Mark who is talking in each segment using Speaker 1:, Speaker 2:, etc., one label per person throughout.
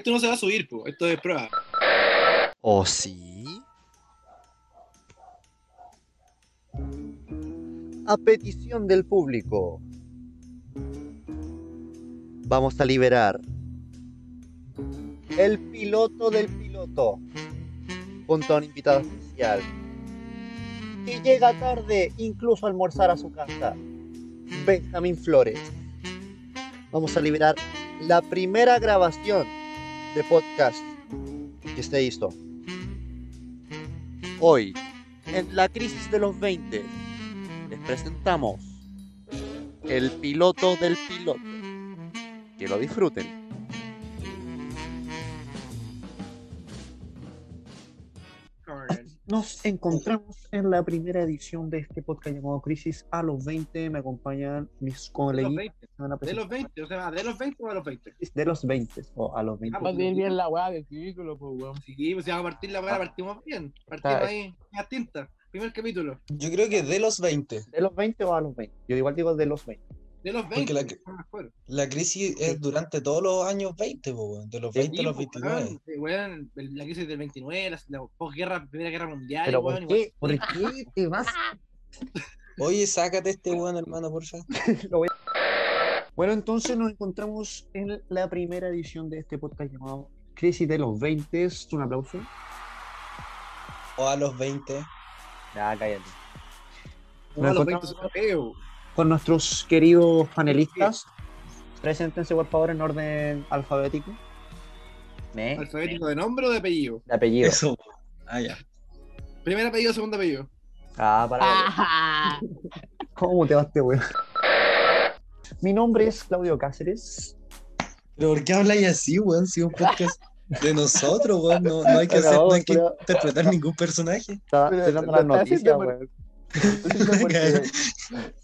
Speaker 1: Esto no se va a subir, po. esto es prueba.
Speaker 2: ¿O sí?
Speaker 3: A petición del público. Vamos a liberar el piloto del piloto junto a un invitado especial que llega tarde incluso a almorzar a su casa. Benjamín Flores. Vamos a liberar la primera grabación de podcast que se hizo. Hoy, en la crisis de los 20, les presentamos el piloto del piloto. Que lo disfruten.
Speaker 4: Nos encontramos en la primera edición de este podcast llamado Crisis a los 20. Me acompañan mis
Speaker 1: De los
Speaker 4: colegas.
Speaker 1: 20, de los 20, o sea, de los 20 o a los 20.
Speaker 4: De los 20, o a los 20.
Speaker 1: Ah,
Speaker 5: Vamos a decir pues, bien la weá del título, pues weón.
Speaker 1: Sí, pues si vamos a partir la weá, partimos bien. Partimos
Speaker 4: Ah,
Speaker 1: ahí, en la tinta. Primer capítulo.
Speaker 6: Yo creo que de los 20.
Speaker 4: De los 20 o a los 20. Yo igual digo de los 20.
Speaker 1: De los
Speaker 6: Porque
Speaker 1: 20.
Speaker 6: la que-
Speaker 1: no me acuerdo.
Speaker 6: La crisis es durante todos los años 20, po, weón. De los 20 a
Speaker 1: Sí,
Speaker 6: los
Speaker 1: po,
Speaker 6: 29.
Speaker 1: weón, eh, weón, el- la crisis del 29, la, la posguerra, Primera Guerra Mundial.
Speaker 4: Pero
Speaker 1: weón,
Speaker 4: ¿por
Speaker 1: igual-
Speaker 4: qué, ¿por qué te vas?
Speaker 6: Oye, sácate este weón, hermano, porfa.
Speaker 4: Bueno, entonces nos encontramos en la primera edición de este podcast llamado Crisis de los 20. Un aplauso.
Speaker 6: O a los 20.
Speaker 4: Ya, cállate.
Speaker 1: No, a los
Speaker 4: Nos
Speaker 1: 20
Speaker 4: encontramos-
Speaker 1: son feos.
Speaker 4: con nuestros queridos panelistas. Preséntense por favor en orden alfabético. Me-
Speaker 1: Alfabético de nombre o de apellido.
Speaker 4: De apellido.
Speaker 6: Eso, weón. Ah, ya.
Speaker 1: Primer apellido, segundo apellido.
Speaker 4: Ah, para. ¿Cómo te vas, este weón? Mi nombre es Claudio Cáceres.
Speaker 6: Pero ¿por qué habláis así, weón? Si es un podcast de nosotros, weón. No, no hay que,
Speaker 4: Pero
Speaker 6: hacer, no
Speaker 4: vamos,
Speaker 6: hay que
Speaker 4: pero-
Speaker 6: interpretar ningún personaje.
Speaker 4: Está-
Speaker 5: Pero
Speaker 4: Estoy dando
Speaker 5: Eh, lo
Speaker 4: las
Speaker 5: está
Speaker 4: noticias,
Speaker 5: haciendo por-
Speaker 4: weón.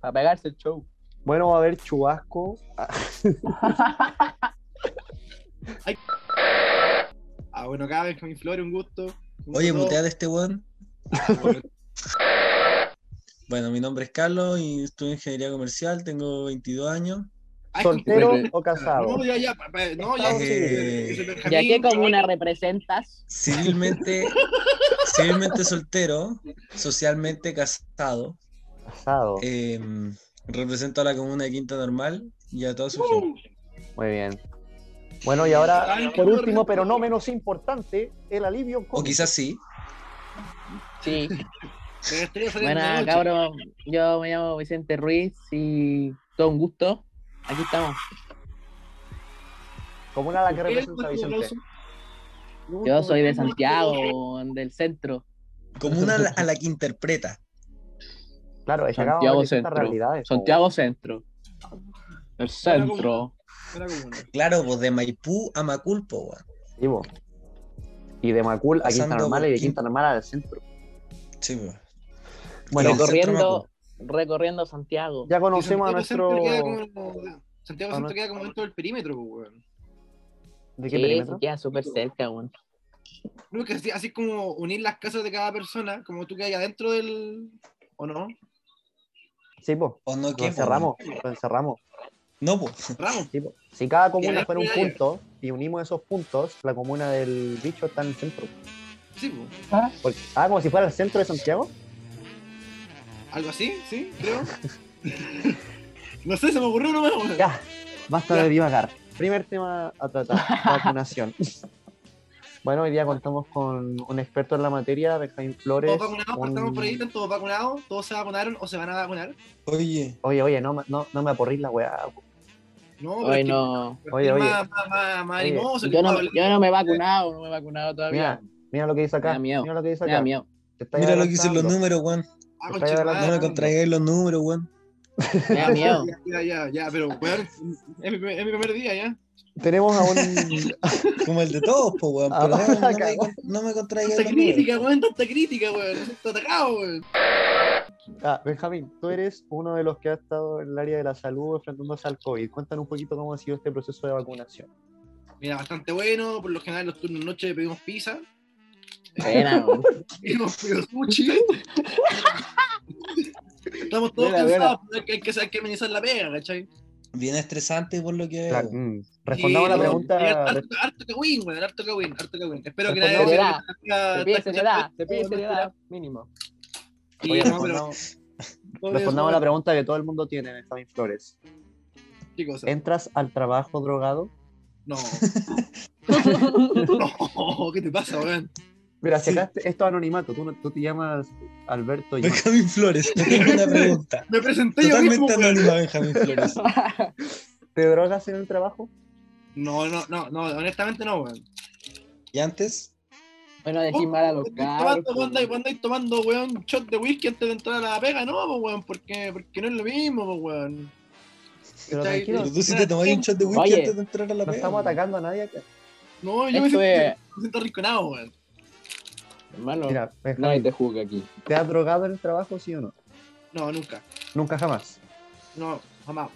Speaker 5: Para pegarse el show.
Speaker 4: Bueno, va a haber chubasco.
Speaker 1: Ah, bueno, cada vez con mi flor, un gusto. Un
Speaker 6: Oye,
Speaker 1: gusto.
Speaker 6: muteate este weón. Bueno, mi nombre es Carlos y estudio ingeniería comercial, tengo 22 años.
Speaker 1: Ay,
Speaker 4: ¿Soltero
Speaker 1: con-
Speaker 4: o casado?
Speaker 1: No, ya, ya, pa- pa- no, ya.
Speaker 6: Ah,
Speaker 1: sí,
Speaker 6: eh.
Speaker 1: ese Benjamín,
Speaker 7: ¿Ya qué
Speaker 1: cabrón,
Speaker 7: comuna representas?
Speaker 6: Civilmente, civilmente soltero, socialmente casado.
Speaker 4: Casado.
Speaker 6: Em, represento a la comuna de Quinta Normal y a toda su gente.
Speaker 4: Muy bien. Bueno, y ahora,
Speaker 1: Ay,
Speaker 4: por
Speaker 1: qué
Speaker 4: último,
Speaker 1: horrible.
Speaker 4: pero no menos importante, el alivio
Speaker 6: O
Speaker 4: cómico.
Speaker 6: quizás sí.
Speaker 7: Sí.
Speaker 1: me gustaría salir en la
Speaker 7: Buenas,
Speaker 1: noche.
Speaker 7: cabrón. Yo me llamo Vicente Ruiz y todo un gusto. Aquí estamos.
Speaker 4: Como una de las que
Speaker 1: Él,
Speaker 4: representa a
Speaker 1: pues,
Speaker 4: Vicente.
Speaker 1: no,
Speaker 7: Yo
Speaker 1: no,
Speaker 7: soy de
Speaker 1: no,
Speaker 7: Santiago, del centro.
Speaker 6: Comuna a la, a la que interpreta.
Speaker 4: Claro, es que acabamos
Speaker 7: Santiago
Speaker 4: de distintas
Speaker 7: Centro.
Speaker 4: realidades. po,
Speaker 7: Santiago Centro. El centro.
Speaker 1: no era común.
Speaker 6: Claro, pues de Maipú a Maculpo, weón.
Speaker 4: Sí, po. Y de Macul a Quinta
Speaker 6: Pasando
Speaker 4: Normal y de
Speaker 6: por
Speaker 4: Quinta Normal al centro.
Speaker 6: Sí, weón.
Speaker 4: Bueno,
Speaker 6: Y del centro
Speaker 7: Recorriendo,
Speaker 6: Macu.
Speaker 7: recorriendo Santiago.
Speaker 4: Ya
Speaker 1: Y
Speaker 4: conocemos a nuestro.
Speaker 1: Santiago Centro queda como- Santiago
Speaker 4: a
Speaker 1: Centro
Speaker 4: nuestro-
Speaker 1: queda como dentro del perímetro, pues, weón.
Speaker 4: ¿De qué
Speaker 7: Sí,
Speaker 4: perímetro?
Speaker 7: queda súper cerca, weón.
Speaker 1: No, que así, así como unir las casas de cada persona, como tú que hay adentro del. ¿O no?
Speaker 4: Sí, pues, po.
Speaker 6: ¿O no
Speaker 4: Lo
Speaker 6: qué, po,
Speaker 4: encerramos. Lo encerramos.
Speaker 6: weón? No, pues, po.
Speaker 1: Ramos.
Speaker 4: Sí, po. Si cada
Speaker 1: Queda
Speaker 4: comuna fuera un
Speaker 1: fuera ya.
Speaker 4: punto y unimos esos puntos, la comuna del bicho está en el centro.
Speaker 1: Sí, pues.
Speaker 4: Porque- ah, como si fuera el centro de Santiago.
Speaker 1: Algo así, sí, creo. no sé, se me ocurrió nomás, weón.
Speaker 4: Ya, basta
Speaker 1: Ya.
Speaker 4: de divagar. Primer tema a tratar: vacunación. Bueno, hoy día contamos con un experto en la materia, Benjamín Flores.
Speaker 1: Todos vacunados,
Speaker 4: un-
Speaker 1: partamos por ahí, están todos vacunados, todos se vacunaron o se van a vacunar.
Speaker 6: Oye,
Speaker 4: Oye, oye, no, me- no, no me aporrís la weá. po.
Speaker 1: No, pero
Speaker 7: Hoy
Speaker 1: es que-
Speaker 7: no.
Speaker 1: pero
Speaker 4: Oye,
Speaker 1: es
Speaker 4: oye.
Speaker 1: Más, más, más, más
Speaker 4: Oye,
Speaker 1: animoso que
Speaker 7: Yo no,
Speaker 1: Pablo.
Speaker 7: yo no me he vacunado, no me he vacunado todavía.
Speaker 4: Mira, mira lo que dice acá.
Speaker 7: Me da miedo.
Speaker 4: Mira lo que dice
Speaker 7: Me
Speaker 4: acá.
Speaker 7: da miedo.
Speaker 4: Te estáis
Speaker 6: mira lo que dicen los
Speaker 4: adelantando.
Speaker 6: números, weón.
Speaker 1: Ah,
Speaker 4: Está
Speaker 1: conchetumare.
Speaker 4: adelantando.
Speaker 6: No me contraigáis los números, weón.
Speaker 7: Me da miedo.
Speaker 1: Ya, ya, ya, ya, pero weón, es mi, primer- es mi primer día ya.
Speaker 4: Tenemos a un.
Speaker 6: Como el de todos, po, weón.
Speaker 4: Ah,
Speaker 6: Pero no, no me,
Speaker 4: cagó.
Speaker 6: con- no me contraigáis
Speaker 1: Tanta
Speaker 6: los números.
Speaker 1: crítica, weón, tanta crítica, weón. Está atacado, weón.
Speaker 4: Ah, Benjamín, tú eres uno de los que ha estado en el área de la salud enfrentándose al COVID. Cuéntanos un poquito cómo ha sido este proceso de vacunación.
Speaker 1: Mira, bastante bueno. Por lo general, los turnos noche pedimos pizza.
Speaker 7: Buena, weón.
Speaker 1: Pedimos, pedimos sushi. Estamos todos
Speaker 7: Buena,
Speaker 1: pues, cansados, pero hay que, hay que- hay que amenizar la pega, ¿cachai?
Speaker 6: Bien estresante por lo que veo.
Speaker 4: Claro, mm. Respondamos
Speaker 1: Sí,
Speaker 4: a
Speaker 1: no,
Speaker 4: la pregunta.
Speaker 1: Harto, harto cagüín, weón, harto cagüín, harto cagüín. Espero que nadie
Speaker 5: Seriedad,
Speaker 1: tenga-
Speaker 5: se pide
Speaker 1: tenga-
Speaker 5: seriedad, se pide seriedad, mínimo.
Speaker 1: Sí,
Speaker 4: Oye,
Speaker 1: no, pero-
Speaker 4: respondamos, respondamos a la pregunta que todo el mundo tiene, Benjamín Flores.
Speaker 1: ¿Qué cosa?
Speaker 4: ¿Entras al trabajo drogado?
Speaker 1: No. no, ¿qué te pasa, weón?
Speaker 4: Mira, si acá te- esto es anonimato, tú, no- tú te llamas Alberto y
Speaker 6: Benjamín Flores, te tengo una pregunta.
Speaker 1: Me presenté yo mismo,
Speaker 6: Totalmente
Speaker 1: weón.
Speaker 6: anónima, Benjamín Flores.
Speaker 4: ¿te drogas en el trabajo?
Speaker 1: No, no, no, no, honestamente no, weón.
Speaker 6: ¿Y antes?
Speaker 5: Bueno, decís mal a los
Speaker 1: Estoy
Speaker 5: cabros.
Speaker 1: tomando, vos andáis- vos andáis tomando, weón, un shot de whisky antes de entrar a la pega, no, po, weón, porque, porque no es lo mismo, po, weón.
Speaker 4: Pero
Speaker 1: Está ahí,
Speaker 4: tranquilo,
Speaker 6: Pero tú sí te tomáis un chat de whisky
Speaker 5: Oye,
Speaker 6: antes de entrar a la
Speaker 4: no
Speaker 6: pega.
Speaker 4: estamos atacando a nadie acá.
Speaker 1: No, yo me
Speaker 5: Esto
Speaker 1: siento,
Speaker 5: es,
Speaker 1: me siento arrinconado, weón.
Speaker 5: hermano,
Speaker 4: Mira,
Speaker 5: nadie
Speaker 4: Benjamín,
Speaker 5: te juzga aquí.
Speaker 4: ¿te has drogado en el trabajo, sí o no?
Speaker 1: No, nunca.
Speaker 4: Nunca jamás.
Speaker 1: No, jamás.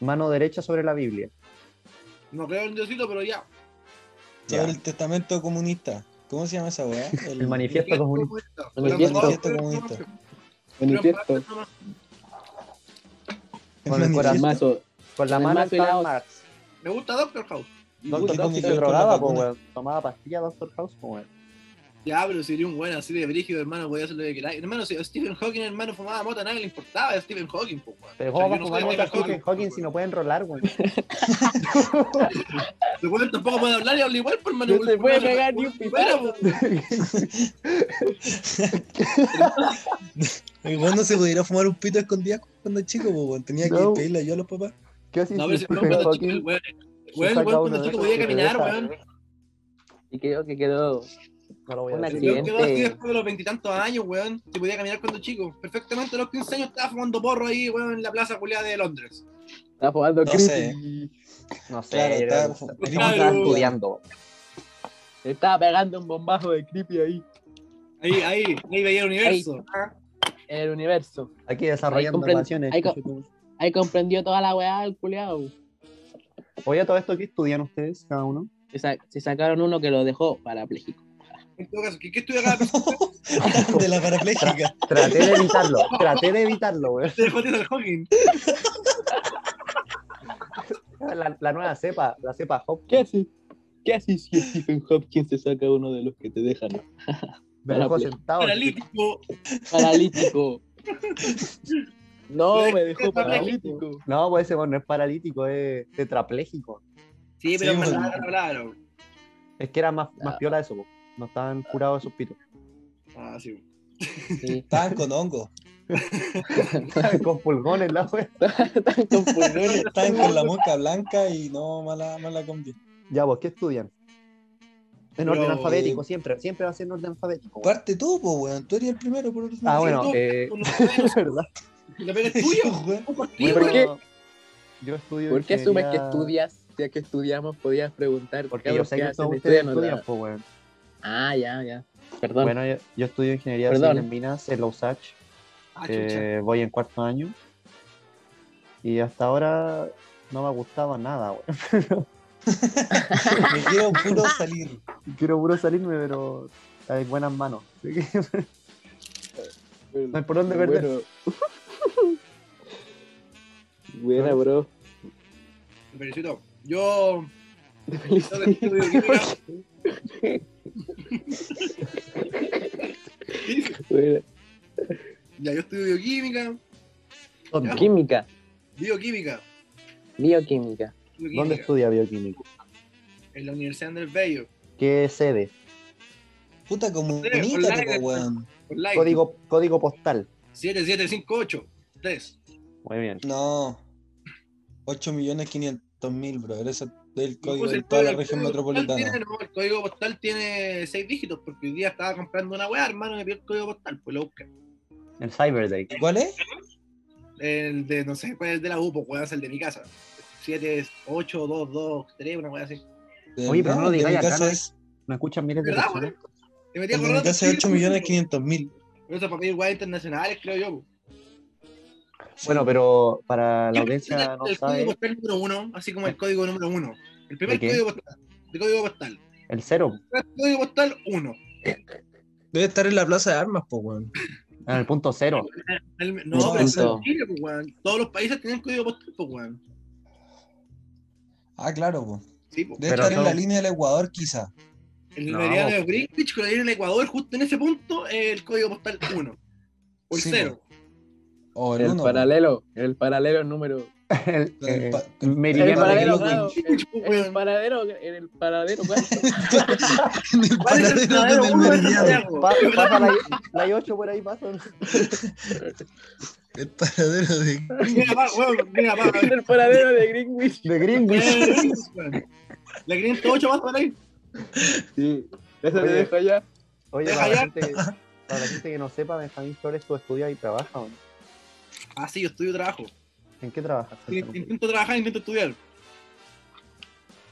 Speaker 4: Mano derecha sobre la Biblia.
Speaker 1: No creo en Diosito, pero ya.
Speaker 6: Sobre
Speaker 4: Ya.
Speaker 6: el testamento comunista. ¿Cómo se llama esa weá?
Speaker 4: El manifiesto comunista.
Speaker 5: Manifiesto.
Speaker 1: Manifiesto
Speaker 6: Manifiesto
Speaker 5: Manifiesto,
Speaker 4: Con el
Speaker 5: el
Speaker 4: corazón.
Speaker 5: mazo.
Speaker 4: Con la
Speaker 5: El
Speaker 4: mano
Speaker 5: mazo y la
Speaker 4: Karl
Speaker 5: otra.
Speaker 4: Marx.
Speaker 1: Me gusta Doctor House.
Speaker 4: Doctor
Speaker 6: Puta,
Speaker 4: House
Speaker 6: tiene que
Speaker 4: se
Speaker 6: ver con la
Speaker 4: drogaba, po,
Speaker 6: vacuna.
Speaker 4: weón. Tomaba pastillas Doctor House, po, weón.
Speaker 1: Ya, pero sería un buen así de brígido, hermano, podía hacer lo que queráis. Hermano, si Stephen Hawking, hermano, fumaba mota, a nadie le importaba a Stephen Hawking, po, weón.
Speaker 4: Pero
Speaker 1: O sea,
Speaker 4: ¿cómo va
Speaker 1: yo
Speaker 4: a
Speaker 1: no
Speaker 4: fumar
Speaker 1: soy
Speaker 4: mota
Speaker 1: Stephen
Speaker 4: Stephen Hawking si
Speaker 1: po,
Speaker 4: no puede enrolar, weón?
Speaker 1: weón. El weón tampoco puede hablar y habla igual, pues, hermano.
Speaker 5: No
Speaker 1: porque
Speaker 5: se
Speaker 1: el
Speaker 5: puede
Speaker 1: weón
Speaker 5: pegar
Speaker 1: no-
Speaker 5: ni un
Speaker 1: Bueno,
Speaker 5: pipazo.
Speaker 1: po,
Speaker 6: El weón no se pudiera fumar un pito escondido cuando chico, po, weón. Tenía que
Speaker 4: No.
Speaker 6: pedirle ayuda a los papás.
Speaker 4: ¿Qué haces
Speaker 1: No, pero si el weón cuando chico, el weón, el weón, el weón cuando chico podía caminar, weón.
Speaker 7: Y creo que quedó
Speaker 4: eh, No lo voy a
Speaker 7: Una
Speaker 4: decir.
Speaker 1: El weón quedó así
Speaker 7: Accidente.
Speaker 1: después de los veintitantos años, weón. Se podía caminar cuando chico. Perfectamente a los 15 años estaba fumando porro ahí, weón, en la plaza culiada de Londres.
Speaker 5: Está jugando
Speaker 6: No
Speaker 5: Chris.
Speaker 6: sé.
Speaker 4: No sé,
Speaker 6: Claro,
Speaker 4: yo
Speaker 6: estaba-
Speaker 4: creo que
Speaker 6: estaba
Speaker 4: estaba
Speaker 1: estudiando.
Speaker 4: estudiando.
Speaker 5: Le estaba pegando un bombazo de creepy ahí
Speaker 1: Ahí, ahí, ahí veía el universo. Ah,
Speaker 5: en el universo.
Speaker 4: Aquí desarrollando
Speaker 7: Ahí compren-
Speaker 4: relaciones.
Speaker 7: ahí co- Ahí comprendió toda la weá del culiado.
Speaker 4: Oye, todo esto que estudian ustedes, cada uno.
Speaker 7: Se, sa- se sacaron uno que lo dejó parapléjico.
Speaker 1: En todo caso, ¿qué, qué estudia cada persona?
Speaker 6: De la parapléjica.
Speaker 4: Traté de evitarlo, traté de evitarlo, weón.
Speaker 1: Te dejó del Hawking.
Speaker 4: La, la nueva cepa, la cepa Hop.
Speaker 5: ¿Qué haces? ¿Qué haces si Stephen Hopkins te saca uno de los que te dejan
Speaker 4: Me dejó
Speaker 5: Parapléjico.
Speaker 4: sentado.
Speaker 1: Paralítico.
Speaker 5: paralítico? No,
Speaker 1: Lo
Speaker 5: me
Speaker 1: dejé
Speaker 5: dejó paralítico.
Speaker 4: No, pues ese weón no es paralítico, es tetrapléjico.
Speaker 1: Sí, pero
Speaker 6: Sí,
Speaker 1: más
Speaker 6: bueno.
Speaker 1: largo, claro.
Speaker 4: Es que era más, más piola eso, po. No estaban curados esos pitos.
Speaker 1: Ah, sí.
Speaker 7: Sí.
Speaker 6: Estaban con hongo.
Speaker 4: Con pulgones, la wea.
Speaker 5: Están con pulmones.
Speaker 6: Estaban con la mosca blanca y no, mala, mala combi.
Speaker 4: Ya, vos, ¿qué estudian? En
Speaker 1: Pero-
Speaker 4: orden alfabético, siempre. Siempre va a ser en orden alfabético. weón.
Speaker 6: Parte tú, po, weón. Tú eres el primero, por
Speaker 4: Ah,
Speaker 1: Sí,
Speaker 4: bueno,
Speaker 1: tú,
Speaker 4: eh,
Speaker 1: Uno, bueno,
Speaker 4: es verdad.
Speaker 1: La pega es tuya.
Speaker 6: weón.
Speaker 1: ¿Por qué,
Speaker 4: Bueno,
Speaker 5: ¿por
Speaker 1: weón?
Speaker 5: qué?
Speaker 4: Yo estudio.
Speaker 7: ¿Por qué asumes que
Speaker 4: ingeniería-
Speaker 7: estudias? Si es que estudiamos, podías preguntar.
Speaker 4: Porque yo
Speaker 7: cabros,
Speaker 4: sé
Speaker 7: ¿qué
Speaker 4: que
Speaker 7: hacen?
Speaker 4: todos ustedes
Speaker 7: ¿Estudian o no?
Speaker 4: estudian, po, weón.
Speaker 7: Ah, ya, ya. Perdón.
Speaker 4: Bueno, yo, yo estudio ingeniería
Speaker 7: Perdón.
Speaker 4: civil en minas en la USACH.
Speaker 1: Ah, chucha.
Speaker 4: eh, voy en cuarto año. Y hasta ahora no me gustaba nada, weón.
Speaker 6: Me quiero puro salir.
Speaker 4: Quiero puro salirme, pero hay buenas manos. así que no hay por dónde perder.
Speaker 5: Bueno. Buena, bro.
Speaker 1: Me felicito. Yo.
Speaker 5: Te
Speaker 1: yo
Speaker 5: felicito.
Speaker 1: que estudio química.
Speaker 5: Buena.
Speaker 1: Ya, yo estudio bioquímica.
Speaker 4: ¿Dónde,
Speaker 7: Química,
Speaker 1: Bioquímica.
Speaker 7: bioquímica.
Speaker 1: estudio química
Speaker 4: ¿Dónde estudia bioquímico?
Speaker 1: En la Universidad Andrés Bello.
Speaker 4: ¿Qué sede?
Speaker 6: Puta
Speaker 1: Sí,
Speaker 6: comunita,
Speaker 1: online,
Speaker 6: po, weón.
Speaker 1: Online.
Speaker 4: Código, código postal.
Speaker 1: 7758. 3.
Speaker 4: Muy bien.
Speaker 6: No. 8 millones 500 mil, bro. Ese es el
Speaker 1: No,
Speaker 6: código
Speaker 1: pues,
Speaker 6: de
Speaker 1: el
Speaker 6: toda la
Speaker 1: código-
Speaker 6: región
Speaker 1: el código
Speaker 6: metropolitana.
Speaker 1: postal tiene, no, el código postal tiene seis dígitos porque hoy día estaba comprando una weá, hermano, y me pidió el código postal, pues lo busqué.
Speaker 4: El Cyber Day.
Speaker 6: ¿Cuál es?
Speaker 1: El de, no sé cuál es el de la UPO, puede ser el de mi casa. 7, 8, 2, 2, 3, una weá así.
Speaker 6: De
Speaker 4: Oye, pero no lo
Speaker 6: verdad,
Speaker 4: digáis
Speaker 6: en mi
Speaker 4: acá,
Speaker 6: casa
Speaker 4: ¿no?
Speaker 6: es-
Speaker 4: ¿Me escuchan miles de
Speaker 1: ¿Verdad,
Speaker 4: personas?
Speaker 1: Te metí a
Speaker 6: en mi
Speaker 1: acordar-
Speaker 6: casa es 8 millones 500 mil.
Speaker 1: Pero eso es para pedir weá internacionales, creo yo. po.
Speaker 4: Bueno, pero para la
Speaker 1: Yo
Speaker 4: audiencia
Speaker 1: creo
Speaker 4: no
Speaker 1: que el
Speaker 4: sabe,
Speaker 1: código postal número uno, así como el código número uno. El
Speaker 4: ¿De
Speaker 1: primer
Speaker 4: qué?
Speaker 1: código postal. El código postal.
Speaker 4: el cero.
Speaker 1: El código postal uno.
Speaker 6: Debe estar en la plaza de armas, po, weón.
Speaker 4: En el punto cero.
Speaker 1: El- no,
Speaker 6: No,
Speaker 1: pero
Speaker 6: eso.
Speaker 1: en Chile, po, weón. Todos los países tienen código postal, pues, weón.
Speaker 6: Ah, claro, po.
Speaker 1: Sí, po.
Speaker 6: De
Speaker 4: Pero
Speaker 6: estar en la
Speaker 4: no.
Speaker 6: línea del Ecuador, quizá.
Speaker 1: El
Speaker 4: No,
Speaker 1: meridiano de
Speaker 4: po.
Speaker 1: Greenwich con la línea del Ecuador, justo en ese punto, es el código postal 1. O el
Speaker 6: Sí,
Speaker 1: 0.
Speaker 6: O el,
Speaker 7: El
Speaker 6: uno. po.
Speaker 7: paralelo, el paralelo número.
Speaker 4: El,
Speaker 6: El pa-
Speaker 4: eh,
Speaker 6: el-
Speaker 7: El
Speaker 6: Meridiano de
Speaker 7: paralelo,
Speaker 6: Greenwich.
Speaker 7: claro, el, el paradero, el paradero, claro.
Speaker 6: En el
Speaker 1: ¿Cuál es el
Speaker 6: paradero
Speaker 1: verdadero
Speaker 6: del
Speaker 1: uno de
Speaker 6: meridiano.
Speaker 1: Santiago?
Speaker 3: Pa- pasa la, la 8 por ahí, pasa.
Speaker 6: El paradero de.
Speaker 1: Mira, pa, weón, mira, pa, weón.
Speaker 7: el paradero de Greenwich.
Speaker 4: de Greenwich.
Speaker 1: La 508 más para ahí.
Speaker 7: Sí, eso te
Speaker 3: Oye.
Speaker 7: dejo allá.
Speaker 3: Oye,
Speaker 1: Deja
Speaker 3: para la,
Speaker 1: ya.
Speaker 3: gente, que- para la gente que no sepa, Benjamín Flores, tú estudias y trabajas. ¿o no?
Speaker 1: Ah, sí, yo estudio trabajo.
Speaker 3: ¿En qué trabajas?
Speaker 6: Pues,
Speaker 1: Intento trabajar, intento estudiar.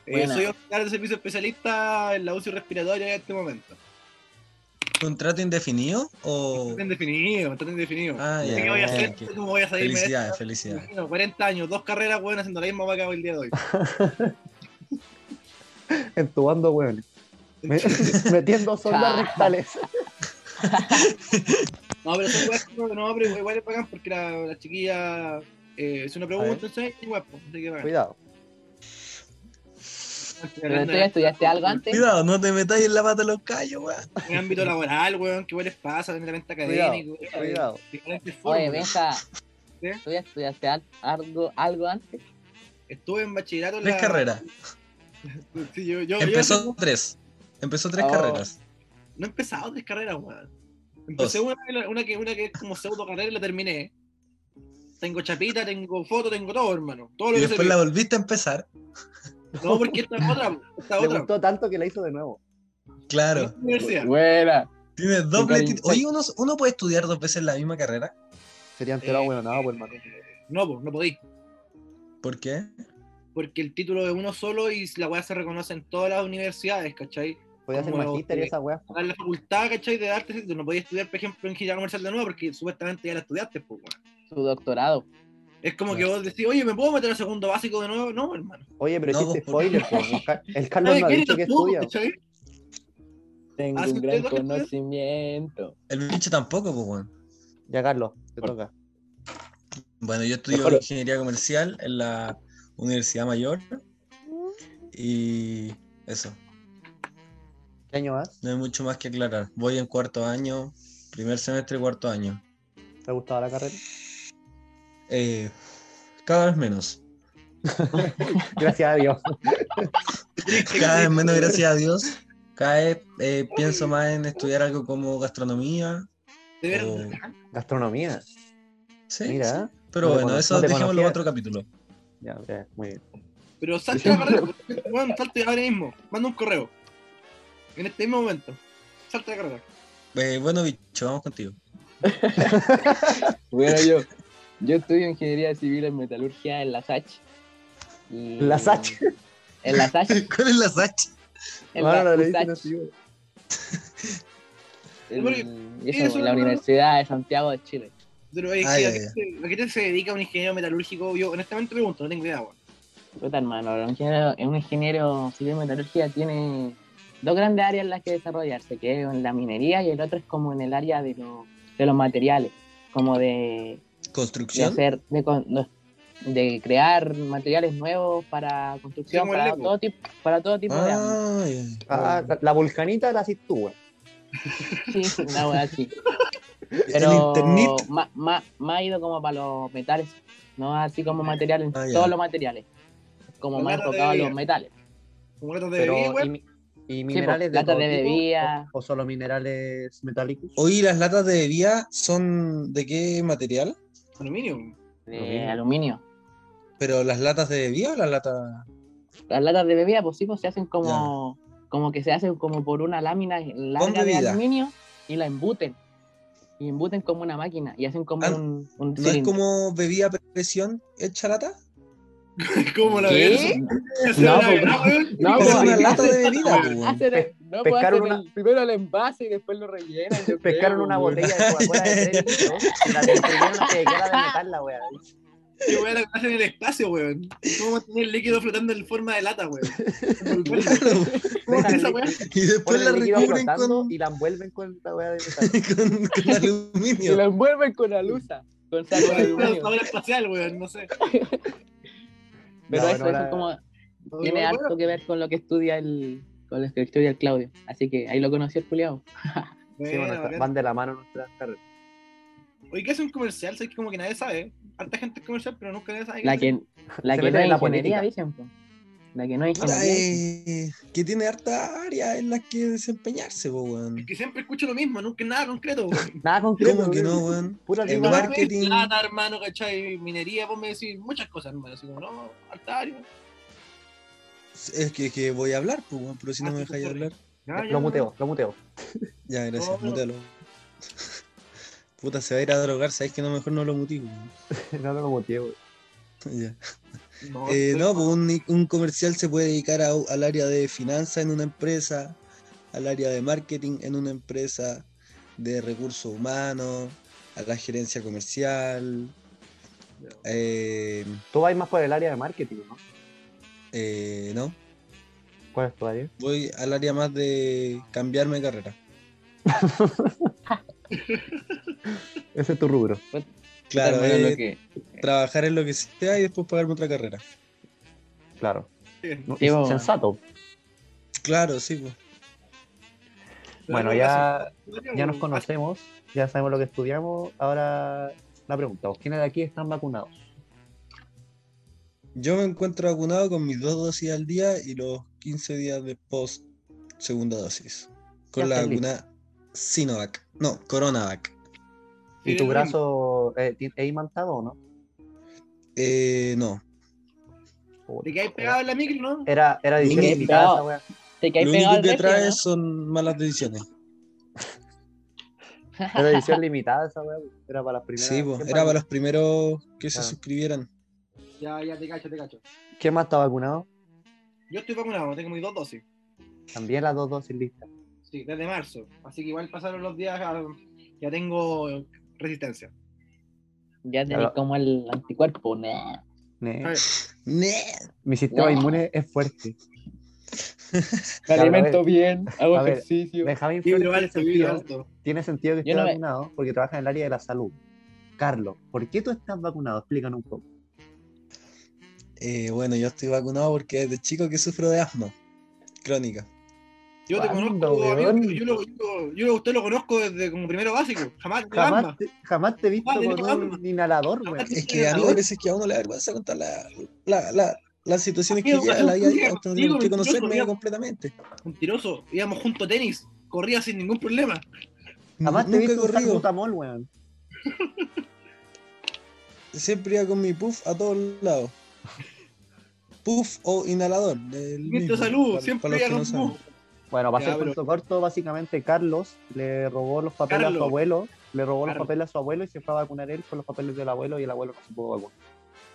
Speaker 1: Eh,
Speaker 7: Buena.
Speaker 1: soy auxiliar de servicio especialista en la UCI respiratoria en este momento.
Speaker 6: ¿Contrato indefinido? O.
Speaker 1: Está indefinido, me están indefinido.
Speaker 6: Oh. Ah,
Speaker 1: Así
Speaker 6: ya.
Speaker 1: que voy a
Speaker 6: ya,
Speaker 1: hacer,
Speaker 6: ok.
Speaker 1: ¿cómo voy a salirme de
Speaker 6: Felicidades, felicidades.
Speaker 1: Imagino, 40 años, dos carreras, weón, haciendo la misma vaca hoy el día de hoy.
Speaker 3: Entubando hueones. Me- Metiendo sondas rectales.
Speaker 1: No, pero son weas que no, no, pero igual es bacán porque la, la chiquilla eh, hizo una pregunta, ¿sabes? Y guapo, así que bacán.
Speaker 3: Cuidado.
Speaker 7: ¿Pero tú ya estudiaste algo antes?
Speaker 6: Cuidado, no te metáis en la pata de los callos, weón.
Speaker 1: En el ámbito laboral, weón, que igual les pasa, en el ámbito
Speaker 3: Cuidado,
Speaker 1: académico. eh,
Speaker 3: cuidado.
Speaker 1: Diferentes formas.
Speaker 7: Oye, Benja,
Speaker 1: ¿Sí?
Speaker 7: ¿tú ya estudiaste al- algo, algo antes?
Speaker 1: Estuve en bachillerato. en
Speaker 6: Tres
Speaker 1: la-
Speaker 6: carreras.
Speaker 1: Sí, yo, yo, yo-
Speaker 6: Empezó tres. Empezó tres
Speaker 7: Oh.
Speaker 6: carreras.
Speaker 1: no he empezado tres carreras, weón. Empecé
Speaker 6: Dos.
Speaker 1: una, una, que, una que es como pseudo carrera y la terminé. Tengo chapita, tengo foto, tengo todo, hermano. Todo lo
Speaker 6: Y
Speaker 1: que
Speaker 6: después
Speaker 1: se
Speaker 6: la
Speaker 1: pide.
Speaker 6: volviste a empezar.
Speaker 1: No, porque esta es otra, esta es
Speaker 3: Le
Speaker 1: otra.
Speaker 3: gustó tanto que la hizo de nuevo.
Speaker 6: Claro.
Speaker 1: Universidad.
Speaker 7: Buena.
Speaker 6: Tienes doble
Speaker 7: Igual-
Speaker 6: título. Oye, ¿uno, uno puede estudiar dos veces la misma carrera.
Speaker 3: Sería entero
Speaker 1: Eh,
Speaker 3: hueonado, pues, hermano.
Speaker 1: eh, No, pues, no podí.
Speaker 6: ¿Por qué?
Speaker 1: Porque el título es uno solo y la weá se reconoce en todas las universidades, ¿cachai?
Speaker 3: Podía hacer
Speaker 1: como lo-
Speaker 3: magíster y esa wea.
Speaker 1: En la facultad, ¿cachai? De arte, sí, tú no podías estudiar, por ejemplo, en ingeniería comercial de nuevo porque supuestamente ya la estudiaste, pues, weón.
Speaker 7: Su doctorado.
Speaker 1: Es como que vos decís, oye, ¿me puedo meter a segundo básico de nuevo? No, hermano.
Speaker 3: Oye, pero
Speaker 6: No,
Speaker 3: hiciste
Speaker 6: vos, por-
Speaker 3: spoiler, pues. El Ca- El Carlos
Speaker 1: ¿Sabes
Speaker 3: no ha
Speaker 1: qué? Ni
Speaker 3: dicho que
Speaker 1: tampoco,
Speaker 3: estudia.
Speaker 1: ¿cachai?
Speaker 7: Tengo
Speaker 1: Ah, ¿sí
Speaker 7: un
Speaker 1: usted
Speaker 7: gran
Speaker 1: lo que estudió?
Speaker 7: conocimiento.
Speaker 6: El bicho tampoco, pues, weón.
Speaker 3: Ya, Carlos, te toca.
Speaker 6: Bueno, yo estudio
Speaker 7: Mejor-
Speaker 6: ingeniería comercial en la Universidad Mayor. Y eso.
Speaker 3: ¿Qué año vas?
Speaker 6: No hay mucho más que aclarar. Voy en cuarto año, primer semestre, cuarto año.
Speaker 3: ¿Te ha gustado la carrera?
Speaker 6: Eh, cada vez menos.
Speaker 3: Gracias a Dios.
Speaker 6: Cada vez menos, gracias a Dios. Cada vez eh, pienso más en estudiar algo como gastronomía.
Speaker 1: De
Speaker 6: o-
Speaker 1: verdad.
Speaker 3: Gastronomía.
Speaker 6: Sí, sí.
Speaker 3: Mira.
Speaker 6: Pero
Speaker 3: no te
Speaker 6: bueno,
Speaker 3: cono-
Speaker 6: eso
Speaker 3: no te
Speaker 6: dejémoslo en
Speaker 3: conocía.
Speaker 6: otro capítulo.
Speaker 3: Ya, ya, muy bien.
Speaker 1: Pero salte la carrera, weón, salte ahora mismo. Manda un correo. En este mismo momento. Salte la carrera.
Speaker 6: Eh, bueno, bicho, vamos contigo.
Speaker 7: Bueno, yo, yo estudio ingeniería civil en metalurgia en la SACH. Y-
Speaker 3: ¿La SACH?
Speaker 7: En la SACH.
Speaker 6: ¿Cuál es la Sacha?
Speaker 7: En
Speaker 3: Ahora
Speaker 7: la
Speaker 3: lo leí,
Speaker 7: USACH,
Speaker 3: no sé yo.
Speaker 7: en-
Speaker 1: Bueno,
Speaker 7: y eso,
Speaker 1: eso
Speaker 7: en la
Speaker 1: no-
Speaker 7: Universidad de Santiago de Chile.
Speaker 1: Pero, oye,
Speaker 6: Ay,
Speaker 1: ¿a,
Speaker 6: ay,
Speaker 1: qué se, a qué se dedica un ingeniero metalúrgico? Yo honestamente pregunto, no tengo idea, weón.
Speaker 7: Puta hermano, un ingeniero, un ingeniero civil en metalurgia tiene dos grandes áreas en las que desarrollarse, que es en la minería y el otro es como en el área de, lo- de los materiales, como de, de
Speaker 6: Construcción.
Speaker 7: hacer, de, con- no, de crear materiales nuevos para construcción,
Speaker 1: Como el
Speaker 7: para
Speaker 1: Lego.
Speaker 7: todo, tipo, para todo tipo de ámbitos.
Speaker 6: Ah, ya.
Speaker 3: Ah, la, la vulcanita la haces tú, weón.
Speaker 7: Sí, sí, una wea así.
Speaker 6: el
Speaker 7: Pero
Speaker 6: internet.
Speaker 7: más ha ido como para los metales, no así como materiales,
Speaker 6: Ah, ya.
Speaker 7: todos los materiales, como
Speaker 1: Con
Speaker 7: más
Speaker 1: lata de
Speaker 7: enfocado a los
Speaker 1: bebida.
Speaker 7: metales.
Speaker 1: Como latas de
Speaker 3: Pero,
Speaker 1: bebida,
Speaker 3: ¿y,
Speaker 1: weón.
Speaker 3: mi- y minerales de,
Speaker 7: latas
Speaker 3: todo
Speaker 7: de
Speaker 3: tipo,
Speaker 7: bebida.
Speaker 3: O, o solo minerales metálicos?
Speaker 6: Hoy las latas de bebida son de qué material?
Speaker 1: Aluminio. weón.
Speaker 7: de
Speaker 3: Aluminio.
Speaker 7: aluminio.
Speaker 6: Pero las latas de bebida o las latas.
Speaker 7: Las latas de bebida, pues sí, pues, se hacen como, como que se hacen como por una lámina larga de
Speaker 6: bebida.
Speaker 7: aluminio y la embuten. Y embuten como una máquina y hacen como
Speaker 6: Ah,
Speaker 7: un, un
Speaker 6: ¿No es
Speaker 7: cilindro.
Speaker 6: como bebida a presión hecha lata?
Speaker 1: ¿Cómo la
Speaker 7: ¿Qué?
Speaker 1: ves?
Speaker 7: No,
Speaker 1: la
Speaker 7: pues,
Speaker 1: verdad, weón.
Speaker 7: no,
Speaker 6: es
Speaker 7: pues,
Speaker 6: una
Speaker 7: hacen-
Speaker 6: lata de bebida, pues, weón.
Speaker 7: hacen-
Speaker 3: Pe-
Speaker 7: no, pues,
Speaker 3: pescaron
Speaker 7: hacen el- primero el envase y después lo rellenan. yo
Speaker 3: Pescaron
Speaker 7: creo,
Speaker 3: una
Speaker 7: weón.
Speaker 3: botella de Coca-Cola de tres litros y la distribuyeron hasta que quedara de metal la wea.
Speaker 1: Qué weá la que hacen en el espacio, weón. ¿Cómo mantener el líquido flotando en forma de lata, weón?
Speaker 6: Claro,
Speaker 1: ¿Cómo
Speaker 3: Dejan
Speaker 1: hacen
Speaker 3: el
Speaker 1: esa weá?
Speaker 3: líquido-
Speaker 6: y después
Speaker 3: ponen
Speaker 6: la
Speaker 3: el líquido
Speaker 6: recubren
Speaker 3: flotando
Speaker 6: con,
Speaker 3: y la envuelven con la wea de metal.
Speaker 6: con- con
Speaker 7: Y
Speaker 6: aluminio.
Speaker 7: lo envuelven con alusa, con sal de
Speaker 1: Es un
Speaker 7: aluminio.
Speaker 1: sabor espacial, weón, no sé.
Speaker 7: Pero
Speaker 3: No,
Speaker 7: eso,
Speaker 3: no,
Speaker 7: eso
Speaker 3: la-
Speaker 7: es como Tiene
Speaker 1: Bueno,
Speaker 7: harto que ver con lo que estudia el, con lo que estudia el Claudio. Así que ahí lo conoció el culiao.
Speaker 4: Sí, bueno,
Speaker 1: bueno,
Speaker 4: está-
Speaker 1: bacán.
Speaker 4: van de la mano nuestras carreras.
Speaker 1: Oye, ¿qué es un comercial? Sabes que como que nadie sabe. Harta gente es comercial, pero nunca nadie sabe. qué
Speaker 7: La
Speaker 1: es.
Speaker 7: que, la
Speaker 4: Se
Speaker 7: que
Speaker 4: mete
Speaker 7: no es
Speaker 4: en la
Speaker 7: ingeniería,
Speaker 4: política.
Speaker 7: dicen. po. La que no es
Speaker 6: La,
Speaker 7: ingeniería.
Speaker 6: eh, que tiene harta área en las que desempeñarse, po, weón.
Speaker 1: Es que siempre escucho lo mismo, nunca nada concreto. weón.
Speaker 4: Nada concreto.
Speaker 6: ¿Cómo que
Speaker 4: weón.
Speaker 6: no, pues, weón?
Speaker 4: Pura
Speaker 6: El
Speaker 4: lima.
Speaker 6: marketing.
Speaker 1: Plata, hermano, ¿cachai? Minería, vos me decís muchas cosas, hermano. Así como, no, altario.
Speaker 6: Es que, que voy a hablar, pues, weón, pero si
Speaker 1: Ah,
Speaker 6: no me
Speaker 1: sí,
Speaker 6: dejáis
Speaker 1: sorry.
Speaker 6: hablar.
Speaker 1: Ya, ya,
Speaker 4: Lo muteo, lo muteo.
Speaker 6: Ya, gracias,
Speaker 1: No, no.
Speaker 6: mutalo. Puta, se va a ir a drogar, sabéis que no mejor no lo mutivo. weón.
Speaker 4: No, no lo muteo. weón.
Speaker 6: Ya.
Speaker 1: No,
Speaker 6: Eh,
Speaker 1: pero-
Speaker 6: no, pues un, un comercial se puede dedicar a- al área de finanzas en una empresa, al área de marketing en una empresa, de recursos humanos, a la gerencia comercial. Eh,
Speaker 4: Tú vas más por el área de marketing, ¿no?
Speaker 6: eh, no,
Speaker 4: ¿Cuál es tu área?
Speaker 6: voy al área más de cambiarme de carrera.
Speaker 4: Ese es tu rubro.
Speaker 6: Claro,
Speaker 7: Bueno, lo
Speaker 6: eh,
Speaker 7: que-
Speaker 6: trabajar en lo que sea y después pagarme otra carrera.
Speaker 4: Claro.
Speaker 1: Sí.
Speaker 4: No,
Speaker 7: Sí,
Speaker 4: es
Speaker 7: bo.
Speaker 4: sensato.
Speaker 6: Claro, sí, pues.
Speaker 4: Bueno,
Speaker 1: Pero
Speaker 4: ya,
Speaker 1: eso,
Speaker 4: ya nos
Speaker 1: ¿no?
Speaker 4: conocemos, ya sabemos lo que estudiamos. Ahora la pregunta, ¿quiénes de aquí están vacunados?
Speaker 6: Yo me encuentro vacunado con mis dos dosis al día y los 15 días de post segunda dosis. Con
Speaker 4: Ya
Speaker 6: la
Speaker 4: estoy listo.
Speaker 6: vacuna Sinovac. No, Coronavac.
Speaker 4: ¿Y
Speaker 1: Sí,
Speaker 4: tu
Speaker 1: lo
Speaker 4: brazo eh, ti- es imantado o no?
Speaker 6: Eh, no.
Speaker 1: Te quedáis pegado en la micro, ¿no?
Speaker 4: Era, era edición
Speaker 6: Niño,
Speaker 4: limitada esa
Speaker 7: no.
Speaker 4: wea.
Speaker 7: Te caí
Speaker 6: Lo
Speaker 7: pegado
Speaker 6: único
Speaker 7: al
Speaker 6: que
Speaker 7: regio,
Speaker 6: trae
Speaker 7: ¿no?
Speaker 6: son malas decisiones.
Speaker 4: Era edición limitada esa wea. Era para las primeras.
Speaker 6: Sí, po,
Speaker 4: ¿Quién
Speaker 6: era
Speaker 4: más-
Speaker 6: para los primeros que se
Speaker 4: Claro.
Speaker 6: suscribieran.
Speaker 1: Ya, ya te cacho, te cacho.
Speaker 4: ¿Quién más está vacunado?
Speaker 1: Yo estoy vacunado, tengo mis dos dosis.
Speaker 4: También las dos dosis listas.
Speaker 1: Sí, desde marzo. Así que igual pasaron los días, ah, ya tengo resistencia.
Speaker 7: Ya tenés
Speaker 4: Claro.
Speaker 7: como el anticuerpo. Nah.
Speaker 4: Ne.
Speaker 1: Ay.
Speaker 6: ¡Nee!
Speaker 4: Mi sistema
Speaker 7: Nah.
Speaker 4: inmune es fuerte.
Speaker 5: Me
Speaker 4: Ya, a
Speaker 5: alimento
Speaker 4: ver.
Speaker 5: bien, hago
Speaker 4: A ver,
Speaker 5: ejercicio.
Speaker 4: Benjamín Flores
Speaker 1: Libro alto,
Speaker 4: tiene
Speaker 1: libro
Speaker 4: sentido-
Speaker 1: alto.
Speaker 4: tiene sentido que
Speaker 7: Yo
Speaker 4: esté
Speaker 7: no me-
Speaker 4: vacunado porque trabaja en el área de la salud. Carlos, ¿por qué tú estás vacunado? Explícanos un poco.
Speaker 6: Eh, bueno, yo estoy vacunado porque desde chico que sufro de asma crónica.
Speaker 1: Yo te
Speaker 4: ¿Cuándo,
Speaker 1: conozco, amigo,
Speaker 4: weón?
Speaker 1: yo, lo, yo, yo a usted lo conozco desde como primero básico. Jamás, tengo
Speaker 4: Jamás
Speaker 1: asma.
Speaker 4: te, jamás te he visto
Speaker 1: Ah, de
Speaker 4: con
Speaker 1: los
Speaker 4: un
Speaker 1: Batman.
Speaker 4: inhalador,
Speaker 1: Jamás
Speaker 4: weón.
Speaker 1: te-
Speaker 6: Es que a mí a veces que a uno le da vergüenza contar la, la, la- las situaciones que
Speaker 1: Amigo,
Speaker 6: lleva la vida.
Speaker 1: amigo,
Speaker 6: Entonces tengo que
Speaker 1: amigo,
Speaker 6: conocerme
Speaker 1: amigo.
Speaker 6: completamente.
Speaker 1: Mentiroso, íbamos juntos a tenis, corría sin ningún problema.
Speaker 4: Jamás te he
Speaker 6: Nunca he
Speaker 4: visto usar
Speaker 6: corrido.
Speaker 4: butamol, weón.
Speaker 6: Siempre iba con mi puff a todos lados. Puff o inhalador. el
Speaker 1: Mientras
Speaker 6: mismo,
Speaker 1: salud,
Speaker 6: para-
Speaker 1: siempre
Speaker 6: para los
Speaker 1: iba
Speaker 6: que
Speaker 1: con
Speaker 6: no saben.
Speaker 1: vos.
Speaker 4: Bueno, para
Speaker 1: Ya,
Speaker 4: hacer
Speaker 1: pero-
Speaker 4: cuento corto, básicamente Carlos le robó los papeles a
Speaker 1: Carlos.
Speaker 4: su abuelo, le robó los
Speaker 1: Carlos.
Speaker 4: papeles a su abuelo y se fue a vacunar él con los papeles del abuelo y el abuelo no se pudo vacunar.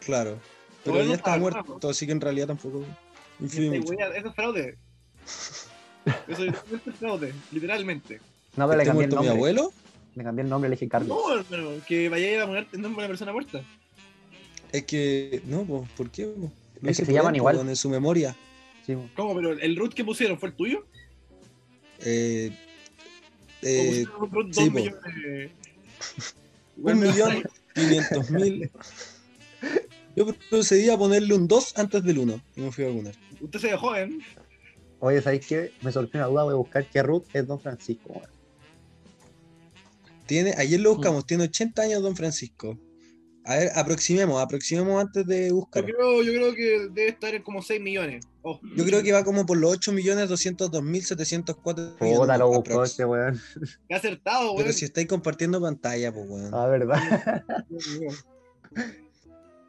Speaker 6: Claro. Pero
Speaker 1: Bueno,
Speaker 6: ya está
Speaker 1: está
Speaker 6: muerto,
Speaker 1: claro.
Speaker 6: así que en realidad tampoco influye
Speaker 1: Este,
Speaker 6: mucho.
Speaker 1: wea, Eso es fraude. Eso es literalmente fraude, literalmente.
Speaker 4: No, pero le cambié
Speaker 6: ¿Está
Speaker 4: el
Speaker 6: muerto mi
Speaker 4: nombre.
Speaker 6: abuelo?
Speaker 4: Le cambié el nombre, le dije Carlos.
Speaker 1: No, hermano, que vayáis a poner en nombre de una persona muerta.
Speaker 6: Es que. No, po, ¿por qué? po? No
Speaker 4: Es que se
Speaker 6: podían,
Speaker 4: llaman
Speaker 6: po,
Speaker 4: igual.
Speaker 6: weón, En su memoria.
Speaker 4: Sí, weón.
Speaker 1: ¿Cómo? ¿Pero el root que pusieron fue el tuyo?
Speaker 6: Eh,
Speaker 1: ¿O
Speaker 6: eh,
Speaker 1: pusieron un root
Speaker 6: sí,
Speaker 1: dos
Speaker 6: po.
Speaker 1: millones de-
Speaker 6: un
Speaker 1: Bueno,
Speaker 6: millón quinientos mil. Yo procedí a ponerle un 2 antes del 1 y me fui a vacunar.
Speaker 1: Usted se ve joven.
Speaker 4: Oye, ¿sabéis qué? Me surgió una duda, voy a buscar que Ruth es Don Francisco, weón.
Speaker 6: Tiene, ayer
Speaker 4: Mm.
Speaker 6: lo buscamos, tiene 80 años Don Francisco. A ver, aproximemos, aproximemos antes de
Speaker 1: Yo
Speaker 6: buscar.
Speaker 1: creo, yo creo que debe estar en como 6 millones. Oh.
Speaker 6: Yo creo que va como por los 8 millones 202 mil 704
Speaker 4: Puta, lo buscó
Speaker 6: aprox.
Speaker 4: este weón.
Speaker 1: Qué acertado,
Speaker 6: Pero
Speaker 1: weón.
Speaker 6: si estáis compartiendo pantalla, pues weón.
Speaker 4: Ah, verdad.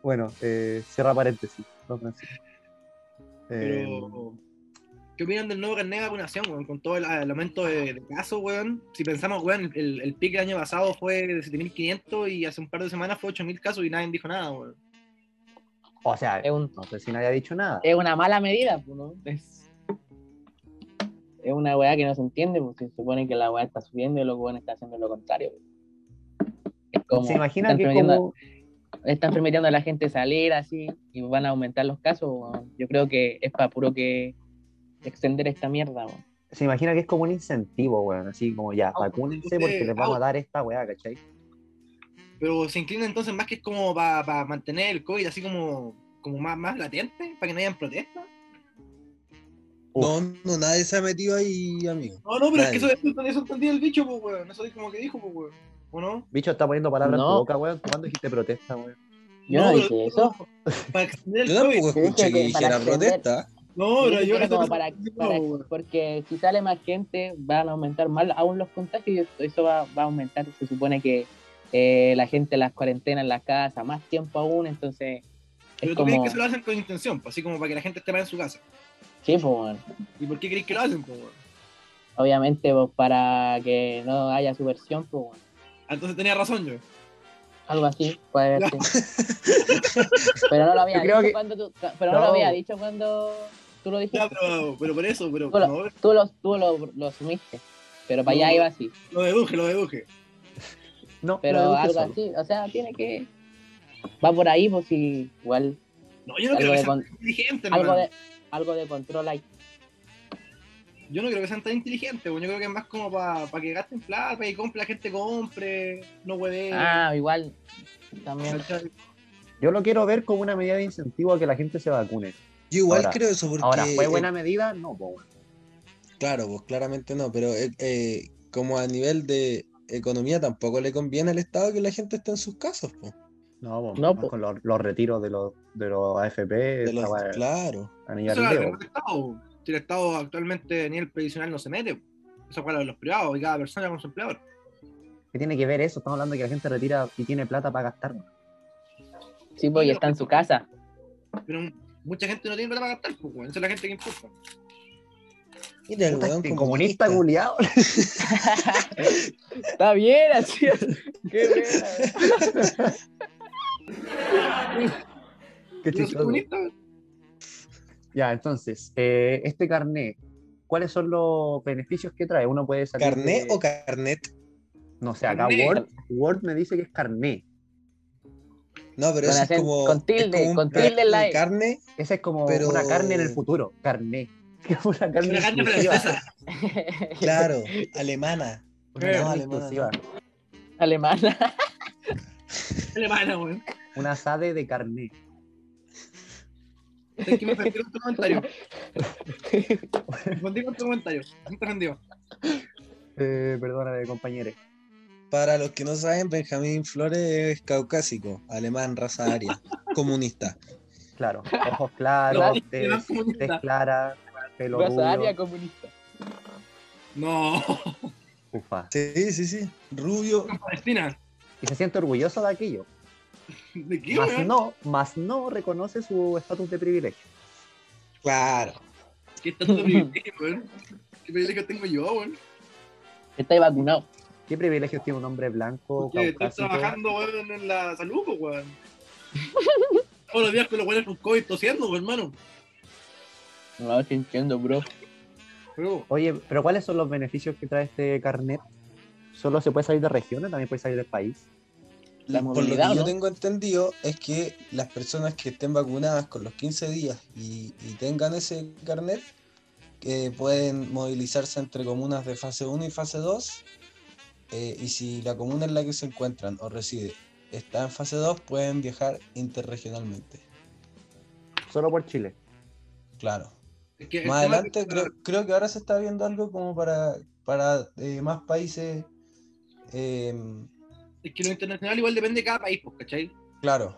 Speaker 4: Bueno, eh, cierra paréntesis, Don Francisco. Eh,
Speaker 7: Em,
Speaker 1: Pero. ¿Qué opinan del nuevo carnet de vacunación, weón? Con todo el, el aumento de, de casos, weón. Si pensamos, weón, el, el pico del año pasado fue de 7.500 y hace un par de semanas fue 8.000 casos y nadie dijo nada, weón.
Speaker 4: O sea,
Speaker 7: Es un-
Speaker 4: no sé si nadie ha dicho nada.
Speaker 7: es una mala medida, pues, ¿no? Es, es una weá que no se entiende, porque se supone que la weá está subiendo y los weones están haciendo lo contrario. pues. Es como,
Speaker 4: ¿Se imagina
Speaker 7: están,
Speaker 4: que
Speaker 7: permitiendo,
Speaker 4: como...
Speaker 7: están permitiendo a la gente salir así y van a aumentar los casos. weón. Yo creo que es para puro que extender esta mierda. weón.
Speaker 4: se imagina que es como un incentivo, weón. Así como ya,
Speaker 1: Au,
Speaker 4: vacúnense
Speaker 1: usted,
Speaker 4: porque les vamos
Speaker 1: au.
Speaker 4: a dar esta weá, ¿cachai?
Speaker 1: Pero se inclina entonces más que es como para mantener el COVID así como, como más, más latente, para que no hayan protestas.
Speaker 6: No, no, nadie se ha metido ahí, amigo.
Speaker 1: No, no, pero es que eso,
Speaker 6: Nadie.
Speaker 1: eso, eso entendía el bicho, pues, weón. Eso es como que dijo, pues, weón. ¿O no?
Speaker 3: Bicho está poniendo palabras en
Speaker 7: No.
Speaker 3: tu boca, weón. ¿Cuándo dijiste protesta, weón?
Speaker 7: Yo no,
Speaker 1: pero-
Speaker 7: dije eso.
Speaker 1: Para extender el
Speaker 6: Yo tampoco
Speaker 1: COVID.
Speaker 6: escuché
Speaker 7: Dije
Speaker 6: que
Speaker 7: que para
Speaker 6: dijera
Speaker 7: extender-
Speaker 6: protesta.
Speaker 1: No,
Speaker 7: Yo
Speaker 1: pero
Speaker 7: dije
Speaker 1: yo.
Speaker 7: que
Speaker 1: eso
Speaker 7: como
Speaker 1: no-
Speaker 7: para-
Speaker 1: no,
Speaker 7: para-
Speaker 1: weón.
Speaker 7: porque si sale más gente van a aumentar más aún los contagios y eso va, va a aumentar. Se supone que eh, la gente las cuarentenas en las casas, más tiempo aún, entonces es
Speaker 1: Pero tú crees
Speaker 7: como...
Speaker 1: que se lo hacen con intención, pues, así como para que la gente esté más en su casa.
Speaker 7: Sí, pues, bueno.
Speaker 1: ¿Y por qué crees que lo hacen, pues, weón?
Speaker 7: obviamente pues, para que no haya subversión, pues, bueno.
Speaker 1: Ah, Entonces tenía razón yo.
Speaker 7: algo así puede haber sido. pero no lo había
Speaker 4: Yo creo
Speaker 7: dicho
Speaker 4: que-
Speaker 7: cuando tú, pero no. lo
Speaker 4: No.
Speaker 7: había dicho cuando tú lo dijiste.
Speaker 1: Ya, pero, pero por eso, pero
Speaker 7: Hola.
Speaker 1: no, pero
Speaker 7: Tú lo, tú lo, lo asumiste, pero para allá
Speaker 1: No.
Speaker 7: iba así.
Speaker 1: lo deduje, lo deduje.
Speaker 4: No,
Speaker 7: Pero
Speaker 4: no,
Speaker 7: algo
Speaker 4: solo.
Speaker 7: así, o sea, tiene que. Va por ahí, pues y igual.
Speaker 1: No, yo no creo que
Speaker 7: Algo de,
Speaker 1: sean
Speaker 7: con-
Speaker 1: tan inteligentes,
Speaker 7: algo,
Speaker 1: hermano.
Speaker 7: de, algo de control hay.
Speaker 1: Yo no creo que sean tan inteligentes, weón. Yo creo que es más como para que gasten plata y compre, la gente compre, no hueve.
Speaker 7: Ah, igual. También.
Speaker 4: Yo lo quiero ver como una medida de incentivo a que la gente se vacune.
Speaker 6: Yo igual
Speaker 4: Ahora-
Speaker 6: creo eso porque. eh,
Speaker 4: Ahora, ¿fue buena medida? No, po, weón.
Speaker 6: Claro, pues claramente no, pero eh, eh, como a nivel de economía tampoco le conviene al Estado que la gente esté en sus casas, pues.
Speaker 4: No, po,
Speaker 7: No,
Speaker 4: más
Speaker 7: po.
Speaker 4: con los, los retiros de los, de los AFP,
Speaker 6: De
Speaker 4: esa
Speaker 6: los-
Speaker 4: weá,
Speaker 6: claro.
Speaker 4: a nivel
Speaker 1: Eso
Speaker 4: de
Speaker 1: era el
Speaker 4: weón.
Speaker 1: del Estado. Si el Estado actualmente ni el previsional no se mete, eso fue lo de los privados y cada persona con su empleador.
Speaker 4: ¿Qué tiene que ver eso? Estamos hablando de que la gente retira y tiene plata para gastar.
Speaker 7: Sí, pues y está en su casa.
Speaker 1: Pero mucha gente no tiene plata para gastar, pues, weón. Esa es la gente que importa.
Speaker 6: Mira el
Speaker 4: Puta,
Speaker 6: weón
Speaker 4: este comunista culiado.
Speaker 7: Está bien, así. Qué buena.
Speaker 1: Yo
Speaker 4: Qué
Speaker 1: no soy
Speaker 4: chistoso.
Speaker 1: comunista, weón.
Speaker 4: Ya, entonces, eh, este carnet, ¿cuáles son los beneficios que trae? Uno puede sacar.
Speaker 6: ¿Carné o carnet?
Speaker 4: No sé, acá
Speaker 1: Carné.
Speaker 4: Word, Word me dice que es carnet.
Speaker 6: No, pero
Speaker 7: Con
Speaker 6: eso es
Speaker 7: acento-
Speaker 6: como.
Speaker 7: con
Speaker 6: es
Speaker 7: tilde,
Speaker 6: como un
Speaker 7: con
Speaker 6: plato
Speaker 7: tilde en la
Speaker 6: de
Speaker 7: E.
Speaker 6: carne.
Speaker 4: Esa es como
Speaker 6: Pero-
Speaker 4: una carne en el futuro, carné. Es una carne,
Speaker 1: Una carne
Speaker 4: exclusiva.
Speaker 1: francesa.
Speaker 6: Claro, alemana.
Speaker 4: Una
Speaker 1: Eh,
Speaker 4: carne
Speaker 6: alemana,
Speaker 4: exclusiva.
Speaker 7: Alemana.
Speaker 1: Alemana, weón.
Speaker 4: Una asade de carné.
Speaker 1: Es que me ofendí con tu comentario. Me ofendí con tu comentario. No te ofendió.
Speaker 4: Eh, perdóname, compañeros.
Speaker 6: Para los que no saben, Benjamín Flores es caucásico, alemán, raza aria, comunista.
Speaker 4: Claro, ojos
Speaker 1: No,
Speaker 4: claros, tez,
Speaker 1: no,
Speaker 4: tez
Speaker 1: comunista.
Speaker 4: clara, pelo
Speaker 7: Raza aria
Speaker 4: rubio.
Speaker 7: comunista.
Speaker 1: No,
Speaker 4: Ufa.
Speaker 6: Sí, sí, sí. Rubio.
Speaker 1: Palestina.
Speaker 4: Y se siente orgulloso de aquello.
Speaker 1: ¿De qué,
Speaker 4: Más
Speaker 1: weón?
Speaker 4: no, más no reconoce su estatus de privilegio.
Speaker 6: Claro.
Speaker 1: ¿Qué tanto de privilegio, weón? ¿Qué privilegio tengo yo, weón?
Speaker 7: Está vacunado.
Speaker 4: ¿Qué privilegios tiene un hombre
Speaker 6: Oh,
Speaker 4: blanco,
Speaker 1: Porque estoy
Speaker 4: caucásico?
Speaker 1: trabajando, weón, en la salud, pues, weón. Todos los días con los weones con COVID tosiendo, weón, hermano.
Speaker 7: No, te entiendo, bro.
Speaker 1: Pero,
Speaker 4: Oye, pero ¿cuáles son los beneficios que trae este carnet? ¿Solo se puede salir de regiones? ¿También puede salir del país?
Speaker 7: La
Speaker 6: Por lo que
Speaker 7: movilidad,
Speaker 6: yo
Speaker 7: ¿no?
Speaker 6: tengo entendido es que las personas que estén vacunadas con los 15 días y, y tengan ese carnet, que pueden movilizarse entre comunas de fase 1 y fase 2, eh, y si la comuna en la que se encuentran o reside está en fase 2, pueden viajar interregionalmente.
Speaker 4: Solo por Chile.
Speaker 6: Claro.
Speaker 1: es que Eh, el
Speaker 6: Más
Speaker 1: tema
Speaker 6: adelante
Speaker 1: es que-
Speaker 6: creo, creo que ahora se está viendo algo como para, para eh, más países. em,
Speaker 1: Es que lo internacional igual depende de cada país, pues, ¿cachai?
Speaker 6: claro.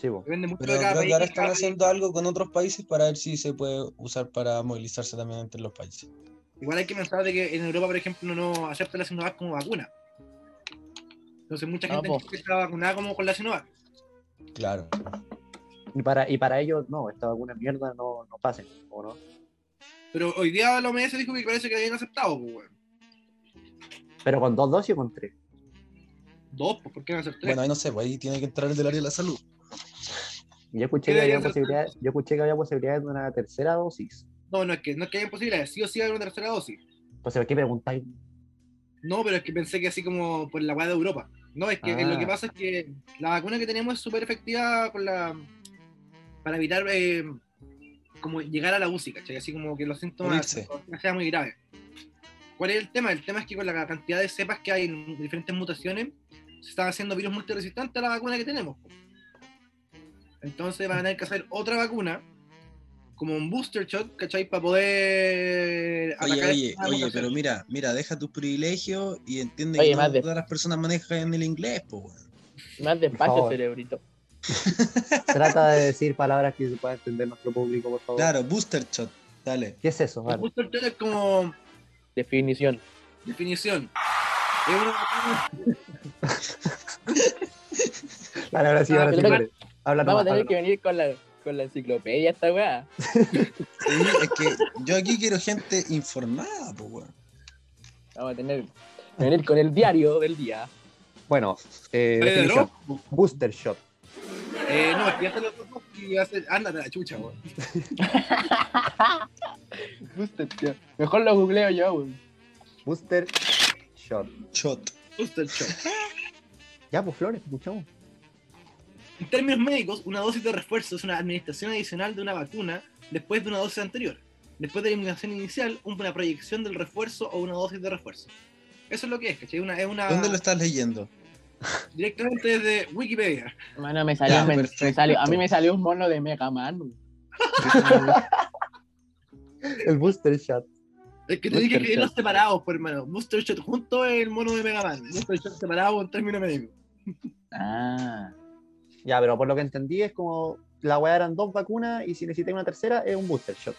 Speaker 4: Chivo.
Speaker 1: Depende mucho
Speaker 6: Pero
Speaker 1: de cada
Speaker 6: creo
Speaker 1: país.
Speaker 6: que ahora
Speaker 1: y cada
Speaker 6: están
Speaker 1: país-
Speaker 6: haciendo algo con otros países para ver si se puede usar para movilizarse también entre los países.
Speaker 1: Igual hay que pensar de que en Europa, por ejemplo, no acepta la Sinovac como vacuna. Entonces mucha
Speaker 7: No,
Speaker 1: gente
Speaker 7: po.
Speaker 1: está vacunada como con la Sinovac.
Speaker 6: Claro.
Speaker 4: Y para, y para ellos, no, esta vacuna es mierda no, no pasen, ¿o no?
Speaker 1: Pero hoy día la OMS dijo que parece que la habían aceptado, pues, weón.
Speaker 4: Pero con dos dosis o con tres.
Speaker 1: Dos, pues, ¿por qué no hacer tres?
Speaker 6: Bueno, ahí no sé, pues ahí tiene que entrar el del área de la salud.
Speaker 4: Yo escuché,
Speaker 1: ¿Qué
Speaker 4: que había
Speaker 1: deberían ser
Speaker 4: posibilidades, yo escuché que había posibilidades de una tercera dosis.
Speaker 1: No, no es que no es que haya imposibilidades, sí o sí hay una tercera dosis.
Speaker 4: Entonces, ¿qué preguntáis?
Speaker 1: No, pero es que pensé que así como por la weá de Europa. No, es que eh, lo que
Speaker 4: Ah.
Speaker 1: pasa es que la vacuna que tenemos es súper efectiva con la, para evitar eh, como llegar a la UCI, ¿cachai? Así como que los síntomas
Speaker 6: Morirse.
Speaker 1: no sean muy graves. ¿Cuál es el tema? El tema es que con la cantidad de cepas que hay en diferentes mutaciones, se están haciendo virus multiresistentes a la vacuna que tenemos. Entonces van a tener que hacer otra vacuna como un booster shot, ¿cachai? Para poder
Speaker 6: Oye,
Speaker 1: atacar
Speaker 6: oye,
Speaker 1: esta
Speaker 6: oye,
Speaker 1: mutación.
Speaker 6: pero mira, mira, deja tus privilegios y entiende
Speaker 7: Oye,
Speaker 6: que no
Speaker 7: más de-
Speaker 6: todas las personas manejan el inglés, po, weón.
Speaker 7: Más
Speaker 4: Por
Speaker 7: despacio,
Speaker 4: favor.
Speaker 7: cerebrito.
Speaker 4: Trata de decir palabras que se pueda entender nuestro público, por favor.
Speaker 6: Claro, booster shot, dale.
Speaker 4: ¿Qué es eso?
Speaker 1: Un
Speaker 4: Vale.
Speaker 1: booster shot es como
Speaker 7: Definición.
Speaker 1: definición. Es una-
Speaker 4: Vale, ahora sí, ahora sí.
Speaker 7: Ah,
Speaker 4: Vale. Habla
Speaker 7: Vamos
Speaker 4: nomás,
Speaker 7: a tener
Speaker 4: habla
Speaker 7: que venir con la, con la enciclopedia esta weá.
Speaker 6: Es que yo aquí quiero gente informada, po, weón.
Speaker 7: Vamos a tener que venir con el diario del día.
Speaker 4: nomás. Bueno, eh,
Speaker 1: Oye,
Speaker 4: definición.
Speaker 1: ¿no?
Speaker 4: Booster shot.
Speaker 1: Eh, no, es que ya están los dos y hace, ándate a la chucha, weón.
Speaker 5: Booster, tío.
Speaker 7: Mejor lo googleo yo, weón.
Speaker 4: Booster shot.
Speaker 6: Shot.
Speaker 1: Booster shot.
Speaker 4: Ya, pues Flores, escuchamos.
Speaker 1: En términos médicos, una dosis de refuerzo es una administración adicional de una vacuna después de una dosis anterior. Después de la inmunización inicial, una proyección del refuerzo o una dosis de refuerzo. Eso es lo que es, ¿cachai? Una, es una
Speaker 6: ¿Dónde lo estás leyendo?
Speaker 1: directamente desde Wikipedia.
Speaker 7: Mano, me salió,
Speaker 6: Ya,
Speaker 7: me- me
Speaker 6: perfecto.
Speaker 7: salió- a mí me salió un mono de Mega Man. weón.
Speaker 4: El booster shot.
Speaker 1: Es que te dije
Speaker 5: Booster
Speaker 1: que los
Speaker 5: shot.
Speaker 1: separados, pues, hermano. Booster Shot junto es el mono de Mega Man. Booster Shot separado en términos médicos.
Speaker 7: Ah,
Speaker 4: Ya, pero por lo que entendí es como la weá eran dos vacunas y si necesitas una tercera es un booster shot.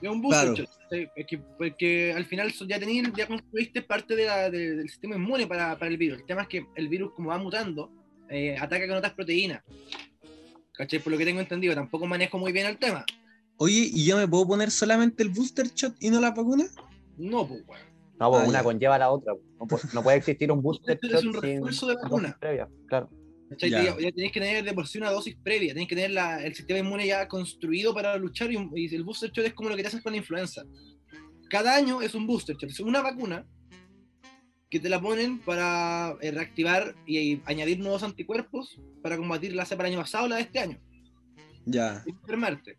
Speaker 1: Es un booster
Speaker 6: Claro.
Speaker 1: shot. ¿cachai? Es que, porque al final so- ya tenías, ya construiste parte de la- de- del sistema inmune para, para el virus. El tema es que el virus, como va mutando, eh, ataca con otras proteínas. ¿Cachai? Por lo que tengo entendido, tampoco manejo muy bien el tema.
Speaker 6: Oye, ¿y yo me puedo poner solamente el booster shot y no la vacuna?
Speaker 1: No, pues, weón.
Speaker 4: No, pues
Speaker 6: Ah,
Speaker 4: una
Speaker 6: ya.
Speaker 4: conlleva a la otra. pues. No, pu- no puede existir un booster
Speaker 1: Este
Speaker 4: shot
Speaker 1: es un
Speaker 4: sin
Speaker 1: refuerzo de
Speaker 4: dosis
Speaker 1: vacuna.
Speaker 4: previa, claro.
Speaker 1: ¿Cachai?
Speaker 6: Ya.
Speaker 1: Te digo, Ya. tenés que tener de por sí una dosis previa, tenés que tener la- el sistema inmune ya construido para luchar y, un- y el booster shot es como lo que te haces con la influenza. Cada año es un booster shot, es una vacuna que te la ponen para eh, reactivar y, y añadir nuevos anticuerpos para combatir la cepa del año pasado, la de este año,
Speaker 6: Ya,
Speaker 1: y enfermarte.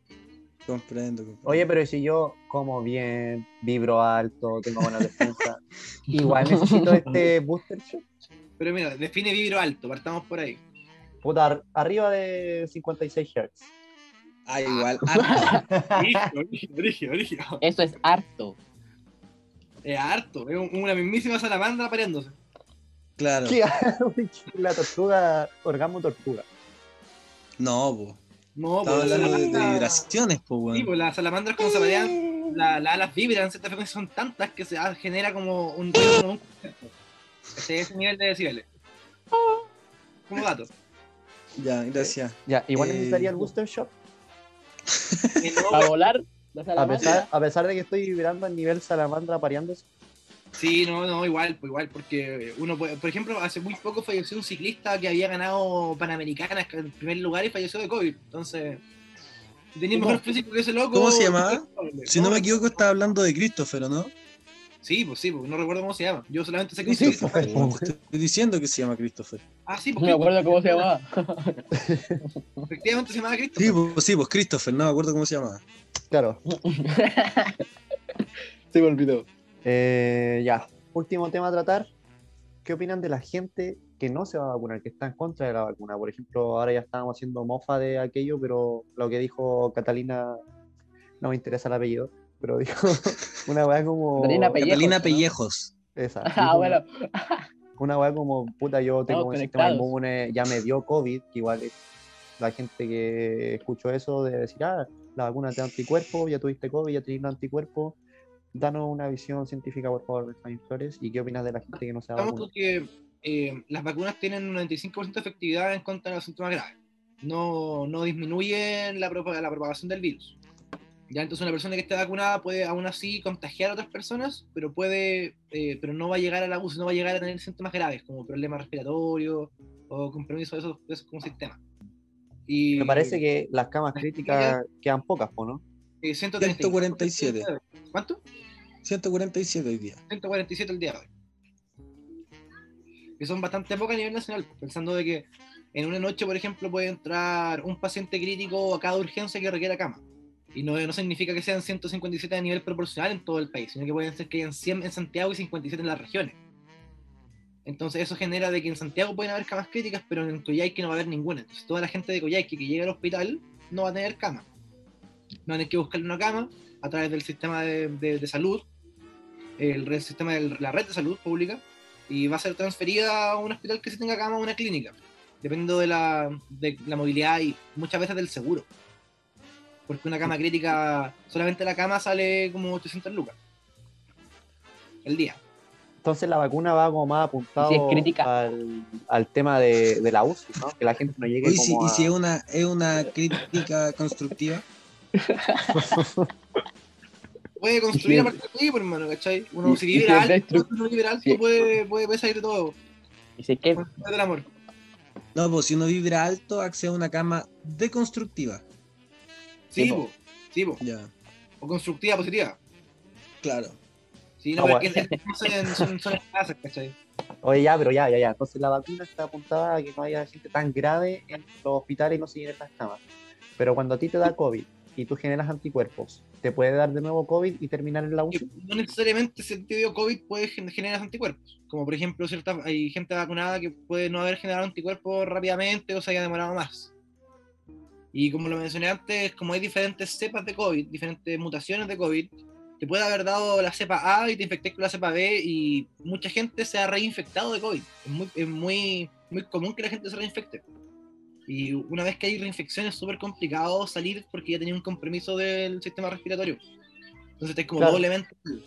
Speaker 6: comprendo. comprendo.
Speaker 4: Oye, pero si yo como bien, vibro alto, tengo buena defensa, igual necesito este booster shot.
Speaker 1: Pero mira, define vibro alto, partamos por ahí.
Speaker 4: Puta, ar- arriba de 56 Hz.
Speaker 6: Ah, igual. harto.
Speaker 1: Brígido, brígido, brígido, brígido.
Speaker 7: eso es harto.
Speaker 1: Es harto, es un- una mismísima salamandra pareándose.
Speaker 6: claro.
Speaker 4: ¿Qué hago? La tortuga, orgasmo tortuga.
Speaker 6: No, po.
Speaker 1: No,
Speaker 6: Estaba
Speaker 1: pues, la
Speaker 6: hablando de, de
Speaker 1: salamandra-
Speaker 6: vibraciones, po,
Speaker 1: Sí,
Speaker 6: weón.
Speaker 1: pues las salamandras como se parean, la- las alas vibran, ciertas frecuencias son tantas que se ah, genera como un ruido como un concierto. Ese es el nivel de decibeles. Como gato.
Speaker 6: Ya, gracias.
Speaker 4: Ya, igual
Speaker 6: Eh,
Speaker 4: necesitaría el booster shot.
Speaker 1: Eh, no,
Speaker 7: Para volar, la
Speaker 4: A
Speaker 7: salamandra.
Speaker 4: pesar, a pesar de que estoy vibrando al nivel salamandra pareándose.
Speaker 1: sí, no, no, igual, pues igual, porque uno puede- por ejemplo, hace muy poco falleció un ciclista que había ganado Panamericanas en primer lugar y falleció de COVID. Entonces, si tenía mejor físico que ese loco.
Speaker 6: ¿Cómo se llamaba? Si no me equivoco, estaba hablando de Christopher, ¿o ¿no?
Speaker 1: Sí, pues sí, pues no recuerdo cómo se llama. Yo solamente sé que un
Speaker 4: Sí,
Speaker 1: ciclista-
Speaker 4: pues.
Speaker 6: Bueno, te estoy diciendo que se llama Christopher.
Speaker 1: Ah, sí,
Speaker 7: No
Speaker 1: pues
Speaker 7: me
Speaker 1: Cristo,
Speaker 7: acuerdo cómo se llamaba.
Speaker 1: efectivamente se llamaba Cristo.
Speaker 6: Sí, pues, sí, pues Christopher, no me acuerdo cómo se llamaba.
Speaker 4: Claro.
Speaker 5: Se me olvidó.
Speaker 4: Eh, ya. Último tema a tratar. ¿Qué opinan de la gente que no se va a vacunar, que está en contra de la vacuna? Por ejemplo, ahora ya estábamos haciendo mofa de aquello, pero lo que dijo Catalina, no me interesa el apellido, pero dijo una weá como.
Speaker 7: Catalina Pellejos,
Speaker 6: Catalina
Speaker 7: ¿no?
Speaker 6: Pellejos.
Speaker 4: Esa.
Speaker 7: Ah,
Speaker 4: dijo
Speaker 7: bueno.
Speaker 4: una weá como, puta, yo tengo
Speaker 7: Estamos
Speaker 4: un sistema
Speaker 7: conectados.
Speaker 4: inmune, ya me dio COVID, que igual es- la gente que escuchó eso de decir, ah, la vacuna te da anticuerpos, ya tuviste COVID, ya tenés un anticuerpo. Danos una visión científica, por favor, Benjamín Flores, y qué opinas de la gente que no se ha
Speaker 1: Estamos con
Speaker 4: vacunado.
Speaker 1: que eh, las vacunas tienen un 95% de efectividad en contra de los síntomas graves. No, no disminuyen la, propa- la propagación del virus. Ya entonces una persona que esté vacunada puede aún así contagiar a otras personas, pero puede, eh, pero no va a llegar al abuso, no va a llegar a tener síntomas graves como problemas respiratorios o compromiso de esos, de esos como sistema. Y
Speaker 4: Me parece que las camas críticas quedan pocas, po, ¿no?
Speaker 1: eh, 135.
Speaker 6: 147.
Speaker 1: ¿Cuánto?
Speaker 6: 147 hoy día.
Speaker 1: 147 el día de hoy. Que son bastante pocas a nivel nacional, pensando de que en una noche, por ejemplo, puede entrar un paciente crítico a cada urgencia que requiera cama. Y no, no significa que sean 157 a nivel proporcional en todo el país, sino que pueden ser que hayan 100 en Santiago y 57 en las regiones. Entonces eso genera de que en Santiago pueden haber camas críticas, pero en Coyhaique no va a haber ninguna. Entonces toda la gente de Coyhaique que llegue al hospital no va a tener cama. van a tener que buscarle una cama a través del sistema de, de- de salud, el, re- sistema de la red de salud pública, y va a ser transferida a un hospital que se tenga cama o una clínica, dependiendo de la, de la movilidad y muchas veces del seguro. Porque una cama crítica, solamente la cama sale como 800 lucas el día.
Speaker 4: Entonces la vacuna va como más apuntado
Speaker 7: Sí, es crítica.
Speaker 4: al, al tema de, de la UCI, ¿no? Que la gente no llegue
Speaker 6: Oye, si-
Speaker 4: como
Speaker 6: y si
Speaker 4: a-
Speaker 6: es una, es una crítica constructiva,
Speaker 1: puede construir a partir de ahí, pues, hermano, ¿cachai? Uno,
Speaker 5: Y-
Speaker 1: si
Speaker 5: y
Speaker 1: vive
Speaker 5: si es
Speaker 1: alto,
Speaker 5: destru-
Speaker 1: uno vive alto,
Speaker 5: Sí.
Speaker 1: puede, puede, puede salir de todo.
Speaker 7: Y si es que
Speaker 1: Puede salir del amor.
Speaker 6: no, pues si uno vibra alto, accede a una cama deconstructiva.
Speaker 1: Sí,
Speaker 4: Sí,
Speaker 1: po. Sí, po.
Speaker 6: Ya,
Speaker 1: O constructiva, positiva.
Speaker 6: claro.
Speaker 1: Sí, no,
Speaker 4: Ah,
Speaker 1: porque esas cosas son, son las clases, ¿cachai?
Speaker 4: Oye, ya, pero ya, ya, ya. Entonces la vacuna está apuntada a que no haya gente tan grave en los hospitales y no se llenen las camas. Pero cuando a ti te da COVID y tú generas anticuerpos, ¿te puede dar de nuevo COVID y terminar en la
Speaker 1: Y
Speaker 4: UCI?
Speaker 1: No necesariamente si te dio COVID puede gen- generar anticuerpos. Como por ejemplo, cierta, hay gente vacunada que puede no haber generado anticuerpos rápidamente o se haya demorado más. Y como lo mencioné antes, como hay diferentes cepas de COVID, diferentes mutaciones de COVID, te puede haber dado la cepa A y te infecté con la cepa B y mucha gente se ha reinfectado de COVID. Es muy, es muy, muy común que la gente se reinfecte. Y una vez que hay reinfección es súper complicado salir porque ya tenía un compromiso del sistema respiratorio. Entonces estás como
Speaker 4: Claro.
Speaker 1: doblemente mal.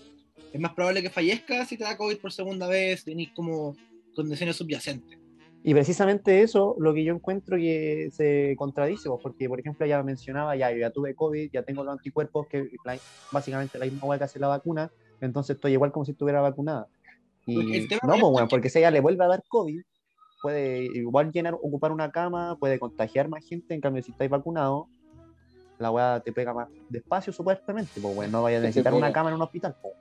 Speaker 1: Es más probable que fallezcas si te da COVID por segunda vez, tenés como condiciones subyacentes.
Speaker 4: Y precisamente eso, lo que yo encuentro que se contradice, pues, porque por ejemplo ya mencionaba, ya yo ya tuve COVID, ya tengo los anticuerpos, que la- básicamente la misma hueá que hace la vacuna, entonces estoy igual como si estuviera vacunada.
Speaker 1: Porque
Speaker 4: Y
Speaker 1: el tema
Speaker 4: no,
Speaker 1: es
Speaker 4: pues bueno,
Speaker 1: que-
Speaker 4: porque si a ella le vuelve a dar COVID, puede igual llenar, ocupar una cama, puede contagiar más gente, en cambio si estáis vacunado, la hueá te pega más despacio supuestamente, pues bueno, no vaya a
Speaker 5: Que te
Speaker 4: necesitar una
Speaker 5: pega.
Speaker 4: cama en un hospital. pues.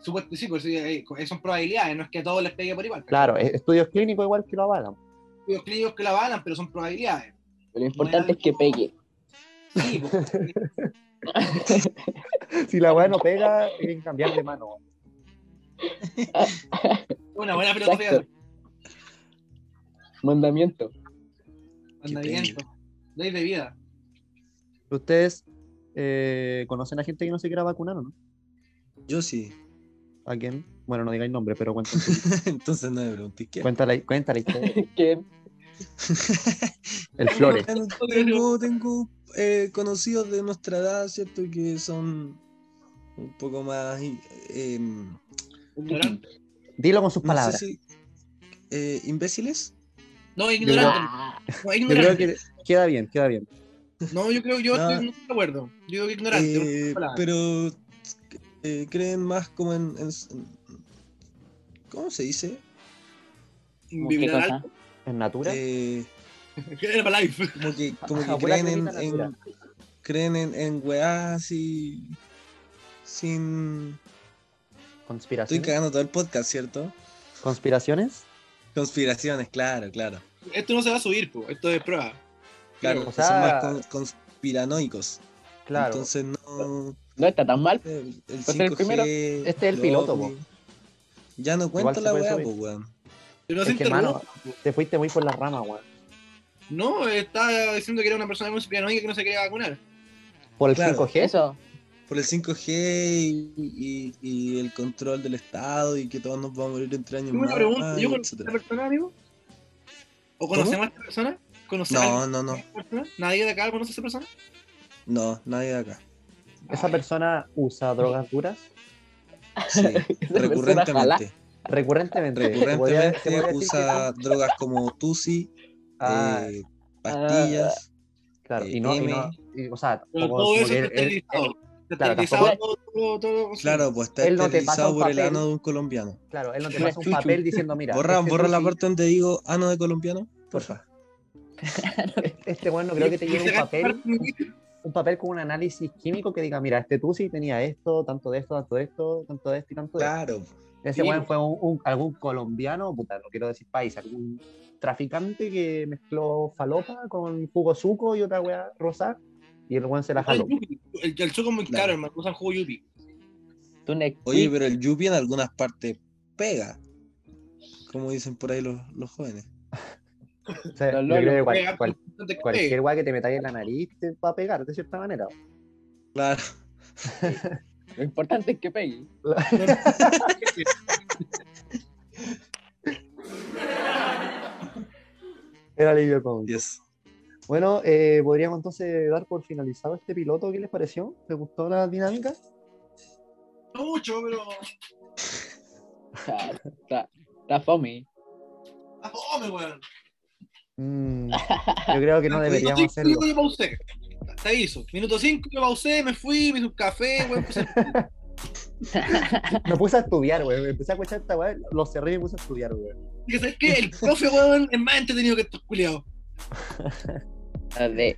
Speaker 1: Supuesto, sí, pues, sí, hay- son probabilidades, no es que a todos les pegue por igual.
Speaker 4: Claro, e- estudios clínicos igual que lo avalan.
Speaker 1: Los clínicos que la avalan, pero son probabilidades.
Speaker 7: lo importante es que pegue.
Speaker 1: Sí, pues,
Speaker 4: Si la hueá no pega, hay que cambiar de mano.
Speaker 1: una buena filosofía.
Speaker 5: Exacto. Mandamiento.
Speaker 1: Mandamiento. Ley de vida.
Speaker 4: ¿Ustedes eh, conocen a gente que no se quiera vacunar o no?
Speaker 6: Yo sí.
Speaker 4: ¿A quién? Bueno, no digáis nombre, pero cuéntale,
Speaker 6: Entonces no me pregunté qué.
Speaker 4: cuéntale, cuéntale usted.
Speaker 7: Que
Speaker 4: El Flores.
Speaker 6: Tengo, tengo eh, conocidos de nuestra edad, ¿cierto? Que son un poco más. eh, no
Speaker 1: Ignorante.
Speaker 4: Dilo con sus
Speaker 6: sé
Speaker 4: palabras.
Speaker 6: si- eh, ¿Imbéciles?
Speaker 1: No,
Speaker 4: creo-
Speaker 1: ignorante. No,
Speaker 4: Yo creo
Speaker 1: ignorante.
Speaker 4: que queda bien, queda bien.
Speaker 1: No, yo creo yo
Speaker 6: No.
Speaker 1: estoy- no estoy de acuerdo. Yo digo que ignorante.
Speaker 6: Eh,
Speaker 1: una palabra.
Speaker 6: pero eh, creen más como en, en- ¿Cómo se dice?
Speaker 7: ¿Qué
Speaker 1: Vibrar
Speaker 7: cosa?
Speaker 1: alto.
Speaker 4: ¿En natura?
Speaker 6: Eh,
Speaker 1: Era para live.
Speaker 6: como que, como que
Speaker 4: Ah, pura
Speaker 6: creen en,
Speaker 4: cremita
Speaker 6: en-
Speaker 4: natural.
Speaker 6: creen en, en weá así sin
Speaker 4: ¿Ah,
Speaker 6: estoy
Speaker 4: ¿Conspiraciones?
Speaker 6: cagando todo el podcast, ¿cierto?
Speaker 4: ¿Conspiraciones?
Speaker 6: Conspiraciones, claro, claro.
Speaker 1: Esto no se va a subir, po. esto es prueba.
Speaker 6: Claro,
Speaker 4: O
Speaker 6: que son
Speaker 4: sea-
Speaker 6: más con- conspiranoicos.
Speaker 4: Claro.
Speaker 6: Entonces no
Speaker 7: No está tan mal.
Speaker 6: el, el
Speaker 7: Pues el primero.
Speaker 6: 5G,
Speaker 4: Este es el
Speaker 6: los
Speaker 4: piloto,
Speaker 6: ovnis. Ya no
Speaker 4: Igual
Speaker 6: cuenta
Speaker 4: se
Speaker 6: la
Speaker 4: puede
Speaker 6: weá,
Speaker 4: subir.
Speaker 6: pues weón.
Speaker 1: Pero no se
Speaker 4: es que, mano,
Speaker 1: interrumpa.
Speaker 4: te fuiste muy por las ramas, weón.
Speaker 1: No, estaba diciendo que era una persona conspiranoica que no se quería vacunar.
Speaker 4: ¿Por el
Speaker 6: Claro.
Speaker 4: 5G?
Speaker 7: Eso.
Speaker 6: por el 5G y, y- y el control del Estado y que todos nos vamos a morir entre años
Speaker 1: Tengo una
Speaker 6: más,
Speaker 1: pregunta.
Speaker 6: y
Speaker 1: ¿Yo conozco a
Speaker 6: etcétera.
Speaker 1: esta persona, amigo? ¿O conocemos a esta persona? ¿Conocemos a
Speaker 6: No,
Speaker 1: alguien
Speaker 6: no,
Speaker 1: que conoce
Speaker 6: no,
Speaker 1: a esta persona? ¿Nadie de acá conoce a esa persona?
Speaker 6: no, nadie de acá.
Speaker 4: ¿Esa persona usa drogas duras?
Speaker 6: Sí, recurrentemente.
Speaker 4: Recurrentemente. ¿Se podría- se
Speaker 6: Recurrentemente
Speaker 4: podría decir que
Speaker 6: usa drogas como Tusi,
Speaker 4: Ah,
Speaker 6: eh, pastillas.
Speaker 4: claro.
Speaker 6: eh,
Speaker 4: Y no, y
Speaker 6: M.
Speaker 4: no- y, o sea,
Speaker 1: Pero
Speaker 4: como
Speaker 1: todo
Speaker 4: como
Speaker 1: eso
Speaker 4: que
Speaker 1: está
Speaker 4: él- él-
Speaker 1: esterilizado. Está
Speaker 4: claro,
Speaker 1: esterilizado
Speaker 7: tampoco-
Speaker 1: todo, todo, todo, todo.
Speaker 6: Claro, pues está
Speaker 4: Él no te pasa
Speaker 6: esterilizado
Speaker 4: un
Speaker 6: por el
Speaker 4: papel.
Speaker 6: ano de un colombiano.
Speaker 4: Claro, él no te
Speaker 7: Chuchu.
Speaker 4: pasa un papel diciendo, mira.
Speaker 6: borra
Speaker 4: este
Speaker 6: borra la
Speaker 4: sushi-
Speaker 6: parte donde digo ano de colombiano, porfa.
Speaker 4: Este weón no creo que te lleve un
Speaker 1: Sacaste
Speaker 4: papel,
Speaker 1: parte de mi-
Speaker 4: un papel con un análisis químico que diga, mira, este sí tenía esto, tanto de esto, tanto de esto, tanto de esto y tanto de esto.
Speaker 6: Claro,
Speaker 4: Ese
Speaker 1: sí.
Speaker 4: weón fue un, un- algún colombiano, puta, no quiero decir país, algún traficante que mezcló falopa con jugo suco y otra weá rosa, y el weón se la jaló.
Speaker 1: El, el chuco es muy
Speaker 6: Claro.
Speaker 1: caro, hermano. Usan jugo Yupi.
Speaker 7: Tú ne-
Speaker 6: Oye, pero el yuppie en algunas partes pega, como dicen por ahí los, los jóvenes.
Speaker 4: O sea,
Speaker 7: Los
Speaker 4: yo
Speaker 7: lolos.
Speaker 4: creo que cual-
Speaker 1: Pega,
Speaker 4: cual-
Speaker 1: no te
Speaker 4: cualquier
Speaker 1: pega.
Speaker 4: weá que te metáis en la nariz te va a pegar, de cierta manera.
Speaker 6: Claro.
Speaker 7: Lo importante es que pegue.
Speaker 4: Era alivio con.
Speaker 6: Yes.
Speaker 4: Bueno, eh, podríamos entonces dar por finalizado este piloto. ¿Qué les pareció? ¿Les gustó la dinámica?
Speaker 1: No mucho, pero.
Speaker 7: Está, está, está fome.
Speaker 1: ¡Ah, fome, weón! Ah,
Speaker 4: Mm, yo creo que no deberíamos
Speaker 1: Minuto
Speaker 4: hacerlo.
Speaker 1: cinco yo pausé. Te aviso. Minuto 5 yo pausé, me fui, me hice un café, weón. puse-
Speaker 4: Me puse a estudiar, güey. Me Empecé a escuchar esta weá, lo cerré y me puse a estudiar, güey.
Speaker 1: Porque, ¿Sabes qué? El profe, weón, es más entretenido que estos culiados.
Speaker 7: Ah, De,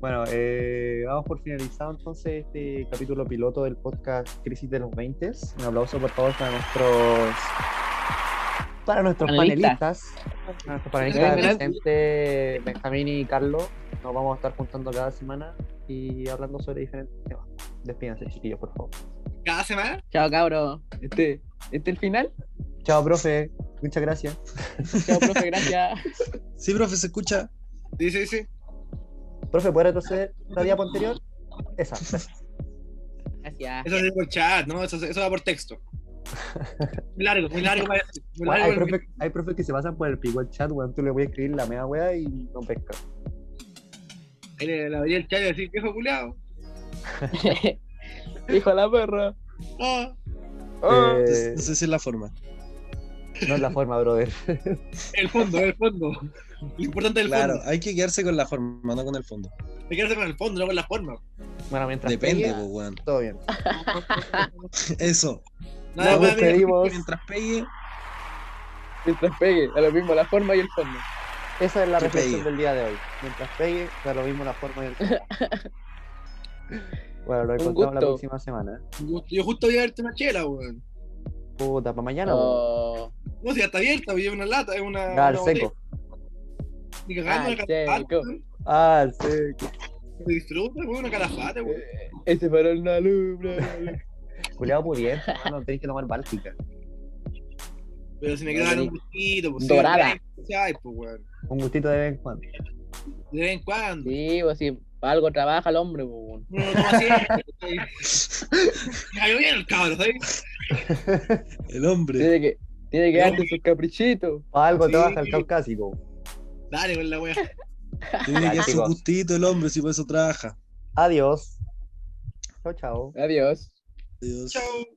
Speaker 4: Bueno, eh, vamos por finalizado entonces este capítulo piloto del podcast Crisis de los 20. Un aplauso por favor para nuestros para nuestros
Speaker 7: Panelistas.
Speaker 4: panelistas. Para nuestros
Speaker 7: Gracias.
Speaker 4: panelistas Vicente, Benjamín y Carlos. Nos vamos a estar juntando cada semana y hablando sobre diferentes temas. Despídanse, chiquillos, por favor.
Speaker 1: Cada semana.
Speaker 7: chao, cabro. Este, este el final.
Speaker 4: Chao, profe. Muchas gracias.
Speaker 7: Chao, profe, gracias.
Speaker 6: Sí, profe, se escucha.
Speaker 1: Dice, dice.
Speaker 4: Profe, ¿puede retroceder la diapo anterior? Esa.
Speaker 7: Gracias.
Speaker 1: Eso es por chat, ¿no? Eso, eso va por texto. Muy largo, muy largo. para- Muy
Speaker 4: Bueno,
Speaker 1: largo
Speaker 4: hay,
Speaker 1: el-
Speaker 4: profe- hay profes que se pasan por el pico del chat, weón. Tú le voy a escribir la media weá y no pesca.
Speaker 1: Ahí le le abrí el chat y decir, viejo culiado.
Speaker 7: Hijo de la perra.
Speaker 1: Ah.
Speaker 4: Eh,
Speaker 6: No sé si es la forma.
Speaker 4: no es la forma, brother.
Speaker 1: El fondo, el fondo. Lo importante es el
Speaker 6: Claro,
Speaker 1: fondo.
Speaker 6: hay que quedarse con la forma, no con el fondo.
Speaker 1: Hay que quedarse con el fondo, no con la forma.
Speaker 4: Bueno, mientras
Speaker 6: Depende,
Speaker 4: pegue,
Speaker 6: pues, weón.
Speaker 4: todo bien.
Speaker 6: Eso.
Speaker 1: Nada
Speaker 4: Nos
Speaker 1: más, mira,
Speaker 4: despedimos.
Speaker 6: Mientras pegue,
Speaker 7: Mientras pegue, a lo mismo la forma y el fondo.
Speaker 4: Esa es la
Speaker 6: Que
Speaker 4: reflexión
Speaker 6: pegue.
Speaker 4: del día de hoy. Mientras pegue, da lo mismo la forma y el fondo. Bueno, lo encontramos la
Speaker 7: gusto.
Speaker 4: próxima semana.
Speaker 1: yo- Yo justo voy a verte una chela, weón.
Speaker 4: Puta, para mañana. weón.
Speaker 7: Oh,
Speaker 1: No, si ya está abierta, lleva una lata, es una.
Speaker 4: Ah, al
Speaker 1: una
Speaker 4: seco.
Speaker 1: botella. Ni cagando una
Speaker 7: Ah,
Speaker 1: calafate,
Speaker 7: seco.
Speaker 1: weón.
Speaker 4: Ah, al seco.
Speaker 1: Se disfruta, weón, una calafate, weón.
Speaker 7: ese farol no alumbra.
Speaker 4: Culeado pudiente, no tenés que tomar báltica.
Speaker 1: Pero si me quedan
Speaker 7: Dorada.
Speaker 1: un gustito, pues.
Speaker 7: Dorada.
Speaker 1: sí, ay, pues, weón.
Speaker 4: Un gustito de vez en cuando.
Speaker 1: De vez en cuando.
Speaker 7: Sí, pues sí, para algo trabaja el hombre, pues. weón.
Speaker 1: Uno lo toma siempre. pues, ¿sabes? Me cayó bien el cabrón, ¿sabes?
Speaker 6: el hombre.
Speaker 7: Tiene que, tiene que darse sus caprichitos.
Speaker 4: Pa' algo te
Speaker 1: Sí.
Speaker 4: baja el caucásico.
Speaker 1: Dale, weón, la weá.
Speaker 6: Tiene que
Speaker 4: Ya,
Speaker 6: darse su
Speaker 4: chicos.
Speaker 6: gustito el hombre, si por eso trabaja.
Speaker 4: Adiós. Chao, chao.
Speaker 7: Adiós.
Speaker 6: Dios.
Speaker 1: Chau.